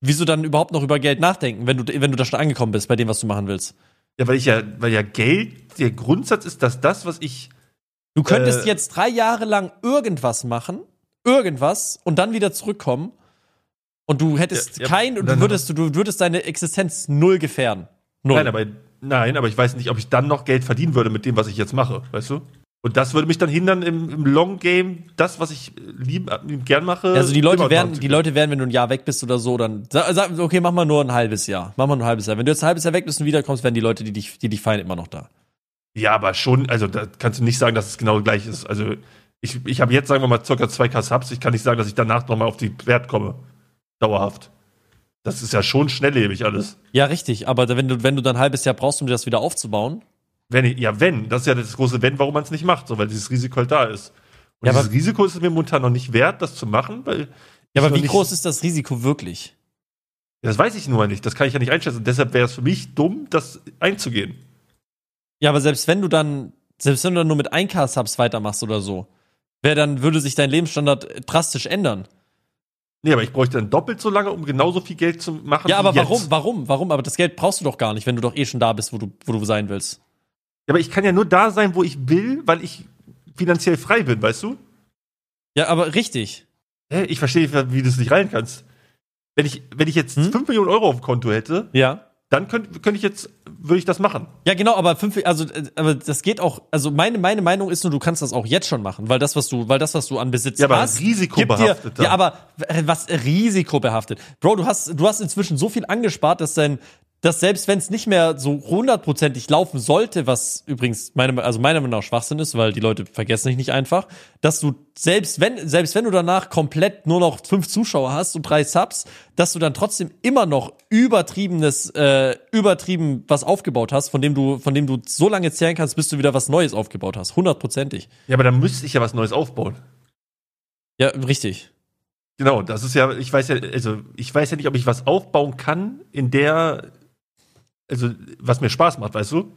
Speaker 2: wieso dann überhaupt noch über Geld nachdenken, wenn du, wenn du da schon angekommen bist bei dem, was du machen willst?
Speaker 1: Ja, weil ich ja, weil ja Geld, der Grundsatz ist, dass das, was ich.
Speaker 2: Du könntest
Speaker 1: Äh.
Speaker 2: jetzt drei Jahre lang irgendwas machen, irgendwas, und dann wieder zurückkommen. Und du hättest
Speaker 1: Ja, ja,
Speaker 2: kein,
Speaker 1: nein,
Speaker 2: und du
Speaker 1: nein,
Speaker 2: würdest, du, du würdest deine Existenz null gefährden. Null.
Speaker 1: Nein, aber, nein, aber ich weiß nicht, ob ich dann noch Geld verdienen würde mit dem, was ich jetzt mache, weißt du? Und das würde mich dann hindern, im, im Long Game das, was ich lieb, lieb gern mache.
Speaker 2: also die Leute
Speaker 1: immer
Speaker 2: werden,
Speaker 1: machen zu
Speaker 2: die
Speaker 1: können.
Speaker 2: Leute werden, wenn du ein Jahr weg bist oder so, dann sa- sagen, okay, mach mal nur ein halbes Jahr. Mach mal nur ein halbes Jahr. Wenn du jetzt ein halbes Jahr weg bist und wiederkommst, werden die Leute, die dich, die dich feiern, immer noch da.
Speaker 1: Ja, aber schon, also da kannst du nicht sagen, dass es genau gleich ist. Also ich, ich habe jetzt, sagen wir mal, circa 2k Subs. Ich kann nicht sagen, dass ich danach nochmal auf die Wert komme. Dauerhaft. Das ist ja schon schnelllebig alles.
Speaker 2: Ja, richtig. Aber wenn du, wenn du dann ein halbes Jahr brauchst, um dir das wieder aufzubauen,
Speaker 1: Wenn, ich- ja, wenn. Das ist ja das große Wenn, warum man es nicht macht, so, weil dieses Risiko halt da ist. Und
Speaker 2: Ja, aber-
Speaker 1: dieses Risiko ist es mir momentan noch nicht wert, das zu machen, weil.
Speaker 2: Ja,
Speaker 1: ich
Speaker 2: aber
Speaker 1: noch
Speaker 2: wie
Speaker 1: nicht-
Speaker 2: groß ist das Risiko wirklich?
Speaker 1: Das weiß ich nur nicht. Das kann ich ja nicht einschätzen. Deshalb wäre es für mich dumm, das einzugehen.
Speaker 2: Ja, aber selbst wenn du dann, selbst wenn du dann nur mit 1K-Subs weitermachst oder so, wer dann würde sich dein Lebensstandard drastisch ändern?
Speaker 1: Nee, aber ich bräuchte dann doppelt so lange, um genauso viel Geld zu machen.
Speaker 2: ja,
Speaker 1: wie
Speaker 2: aber
Speaker 1: jetzt.
Speaker 2: warum, warum, warum? Aber das Geld brauchst du doch gar nicht, wenn du doch eh schon da bist, wo du, wo du sein willst.
Speaker 1: Ja, aber ich kann ja nur da sein, wo ich will, weil ich finanziell frei bin, weißt du?
Speaker 2: Ja, aber richtig.
Speaker 1: Hä? Ich verstehe, nicht, wie du es nicht rein kannst. Wenn ich, wenn ich jetzt
Speaker 2: Hm?
Speaker 1: 5 Millionen Euro auf dem Konto hätte,
Speaker 2: Ja.
Speaker 1: dann könnte könnte ich jetzt, würde ich das machen.
Speaker 2: Ja, genau, aber fünf, also, äh, aber das geht auch, also meine, meine Meinung ist nur, du kannst das auch jetzt schon machen, weil das, was du, weil das, was du an Besitz
Speaker 1: Ja, aber
Speaker 2: hast,
Speaker 1: risikobehaftet
Speaker 2: Dir,
Speaker 1: dann.
Speaker 2: ja, aber äh, was risikobehaftet? Bro, du hast, du hast inzwischen so viel angespart, dass dein, dass selbst wenn es nicht mehr so hundertprozentig laufen sollte, was übrigens meine, also meiner Meinung nach Schwachsinn ist, weil die Leute vergessen dich nicht einfach, dass du selbst wenn, selbst wenn du danach komplett nur noch fünf Zuschauer hast und drei Subs, dass du dann trotzdem immer noch übertriebenes, äh, übertrieben was aufgebaut hast, von dem du, von dem du so lange zehren kannst, bis du wieder was Neues aufgebaut hast. Hundertprozentig.
Speaker 1: Ja, aber dann müsste ich ja was Neues aufbauen.
Speaker 2: Ja, richtig.
Speaker 1: Genau, das ist ja, ich weiß ja, also ich weiß ja nicht, ob ich was aufbauen kann, in der, also was mir Spaß macht, weißt du?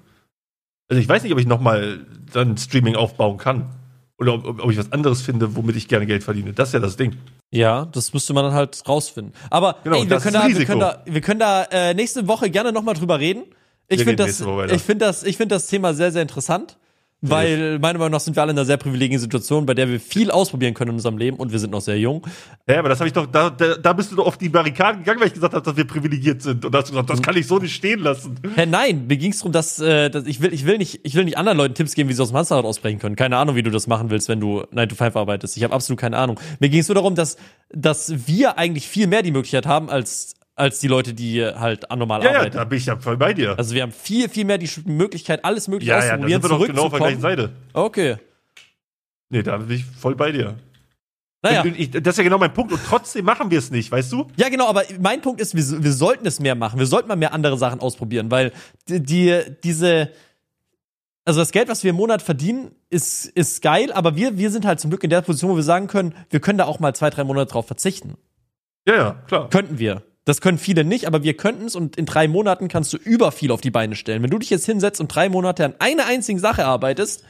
Speaker 1: Also ich weiß nicht, ob ich nochmal dann Streaming aufbauen kann. Oder ob, ob ich was anderes finde, womit ich gerne Geld verdiene. Das ist ja das Ding.
Speaker 2: Ja, das müsste man dann halt rausfinden. Aber
Speaker 1: Genau,
Speaker 2: ey, wir,
Speaker 1: das
Speaker 2: können
Speaker 1: ist
Speaker 2: da, wir
Speaker 1: Risiko.
Speaker 2: können da, wir können da äh, nächste Woche gerne nochmal drüber reden.
Speaker 1: Wir
Speaker 2: Ich finde
Speaker 1: reden
Speaker 2: das,
Speaker 1: nächste Woche weiter.
Speaker 2: ich finde das, ich finde das Thema sehr, sehr interessant, weil meiner Meinung nach sind wir alle in einer sehr privilegierten Situation, bei der wir viel ausprobieren können in unserem Leben und wir sind noch sehr jung.
Speaker 1: Ja, aber das habe ich doch, da, da, da bist du doch auf die Barrikaden gegangen, weil ich gesagt habe, dass wir privilegiert sind. Und da hast du gesagt, das kann ich so nicht stehen lassen.
Speaker 2: Hä, nein, mir ging's drum, dass, äh, dass ich will, ich will nicht, ich will nicht anderen Leuten Tipps geben, wie sie aus dem Hamsterrad ausbrechen können. Keine Ahnung, wie du das machen willst, wenn du 9 to 5 arbeitest. Ich habe absolut keine Ahnung. Mir ging's nur darum, dass, dass wir eigentlich viel mehr die Möglichkeit haben als als die Leute, die halt normal
Speaker 1: Ja, ja,
Speaker 2: arbeiten.
Speaker 1: da bin ich ja voll bei dir.
Speaker 2: Also wir haben viel, viel mehr die Sch- Möglichkeit, alles mögliche
Speaker 1: ja, ja, da
Speaker 2: auszuprobieren,
Speaker 1: sind wir doch genau auf der gleichen
Speaker 2: zurückzukommen.
Speaker 1: Seite.
Speaker 2: okay.
Speaker 1: Nee, da bin ich voll bei dir.
Speaker 2: Naja.
Speaker 1: Und Ich, das ist ja genau mein Punkt. Und trotzdem machen wir es nicht, weißt du?
Speaker 2: Ja, genau, aber mein Punkt ist, wir, so- wir sollten es mehr machen. Wir sollten mal mehr andere Sachen ausprobieren, weil die, die diese, also das Geld, was wir im Monat verdienen, ist, ist geil, aber wir, wir sind halt zum Glück in der Position, wo wir sagen können, wir können da auch mal zwei, drei Monate drauf verzichten.
Speaker 1: Ja, ja, klar.
Speaker 2: Könnten wir. Das können viele nicht, aber wir könnten es und in drei Monaten kannst du über viel auf die Beine stellen. Wenn du dich jetzt hinsetzt und drei Monate an einer einzigen Sache arbeitest,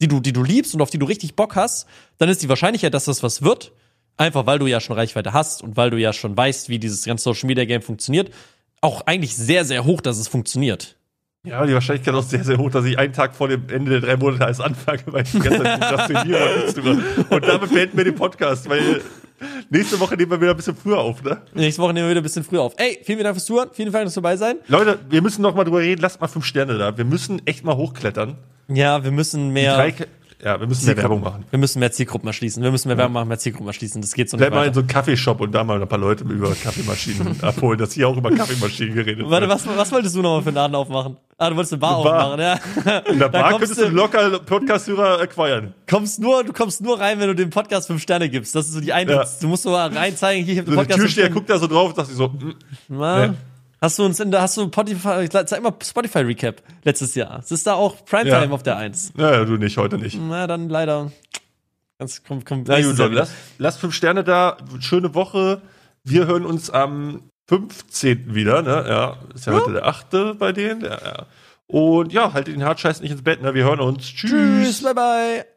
Speaker 2: die du, die du liebst und auf die du richtig Bock hast, dann ist die Wahrscheinlichkeit, dass das was wird, einfach weil du ja schon Reichweite hast und weil du ja schon weißt, wie dieses ganze Social Media Game funktioniert, auch eigentlich sehr, sehr hoch, dass es funktioniert.
Speaker 1: Ja, die Wahrscheinlichkeit ist auch sehr, sehr hoch, dass ich einen Tag vor dem Ende der drei Monate als anfange, weil ich die ganze Zeit prokrastiniere und nichts drüber. Und damit beenden wir den Podcast, weil nächste Woche nehmen wir wieder ein bisschen früher auf, ne?
Speaker 2: Nächste Woche nehmen wir wieder ein bisschen früher auf. Ey, vielen vielen Dank fürs Zuhören, vielen Dank fürs dabei sein.
Speaker 1: Leute, wir müssen noch mal drüber reden. Lasst mal fünf Sterne da. Wir müssen echt mal hochklettern.
Speaker 2: Ja, wir müssen
Speaker 1: Die
Speaker 2: mehr,
Speaker 1: drei Ke- ja, wir müssen mehr Werbung machen.
Speaker 2: wir müssen mehr Zielgruppen erschließen, wir müssen mehr Werbung machen, mehr Zielgruppen erschließen. Das geht so nicht
Speaker 1: Bleib mal
Speaker 2: weiter.
Speaker 1: in so einen Kaffeeshop und da mal ein paar Leute über Kaffeemaschinen abholen, dass hier auch über Kaffeemaschinen geredet
Speaker 2: Warte,
Speaker 1: wird.
Speaker 2: was, was wolltest du nochmal für einen Laden aufmachen? Ah, du wolltest eine Bar,
Speaker 1: Bar.
Speaker 2: aufmachen, ja.
Speaker 1: In der
Speaker 2: Da
Speaker 1: Bar
Speaker 2: kommst
Speaker 1: könntest du
Speaker 2: du-
Speaker 1: locker Podcast-Hörer acquiren.
Speaker 2: Kommst nur, du kommst nur rein, wenn du dem Podcast fünf Sterne gibst. Das ist so die Eintritts. Du musst so mal rein zeigen, hier, ich hab den
Speaker 1: So Also der
Speaker 2: Podcast fünf
Speaker 1: Türsteher
Speaker 2: Sterne.
Speaker 1: guckt da so drauf und sagt sich so, mm,
Speaker 2: Mal.
Speaker 1: Nee.
Speaker 2: Hast du uns in der, hast du Spotify, zeig mal Spotify Recap letztes Jahr. Es ist da auch Primetime
Speaker 1: Ja.
Speaker 2: auf der Eins.
Speaker 1: naja, ne, du nicht, heute nicht.
Speaker 2: Na, dann leider. Ganz, komm, komm,
Speaker 1: Na gut,
Speaker 2: nächstes Jahr
Speaker 1: Leute,
Speaker 2: wieder.
Speaker 1: lasst, lasst fünf Sterne da. Schöne Woche. Wir hören uns am 15. wieder. Ne? Ja, ist ja, heute der 8. bei denen. Ja, ja. Und ja, haltet den Hartscheiß nicht ins Bett. Ne? Wir hören uns. Tschüss.
Speaker 2: Tschüss, bye bye.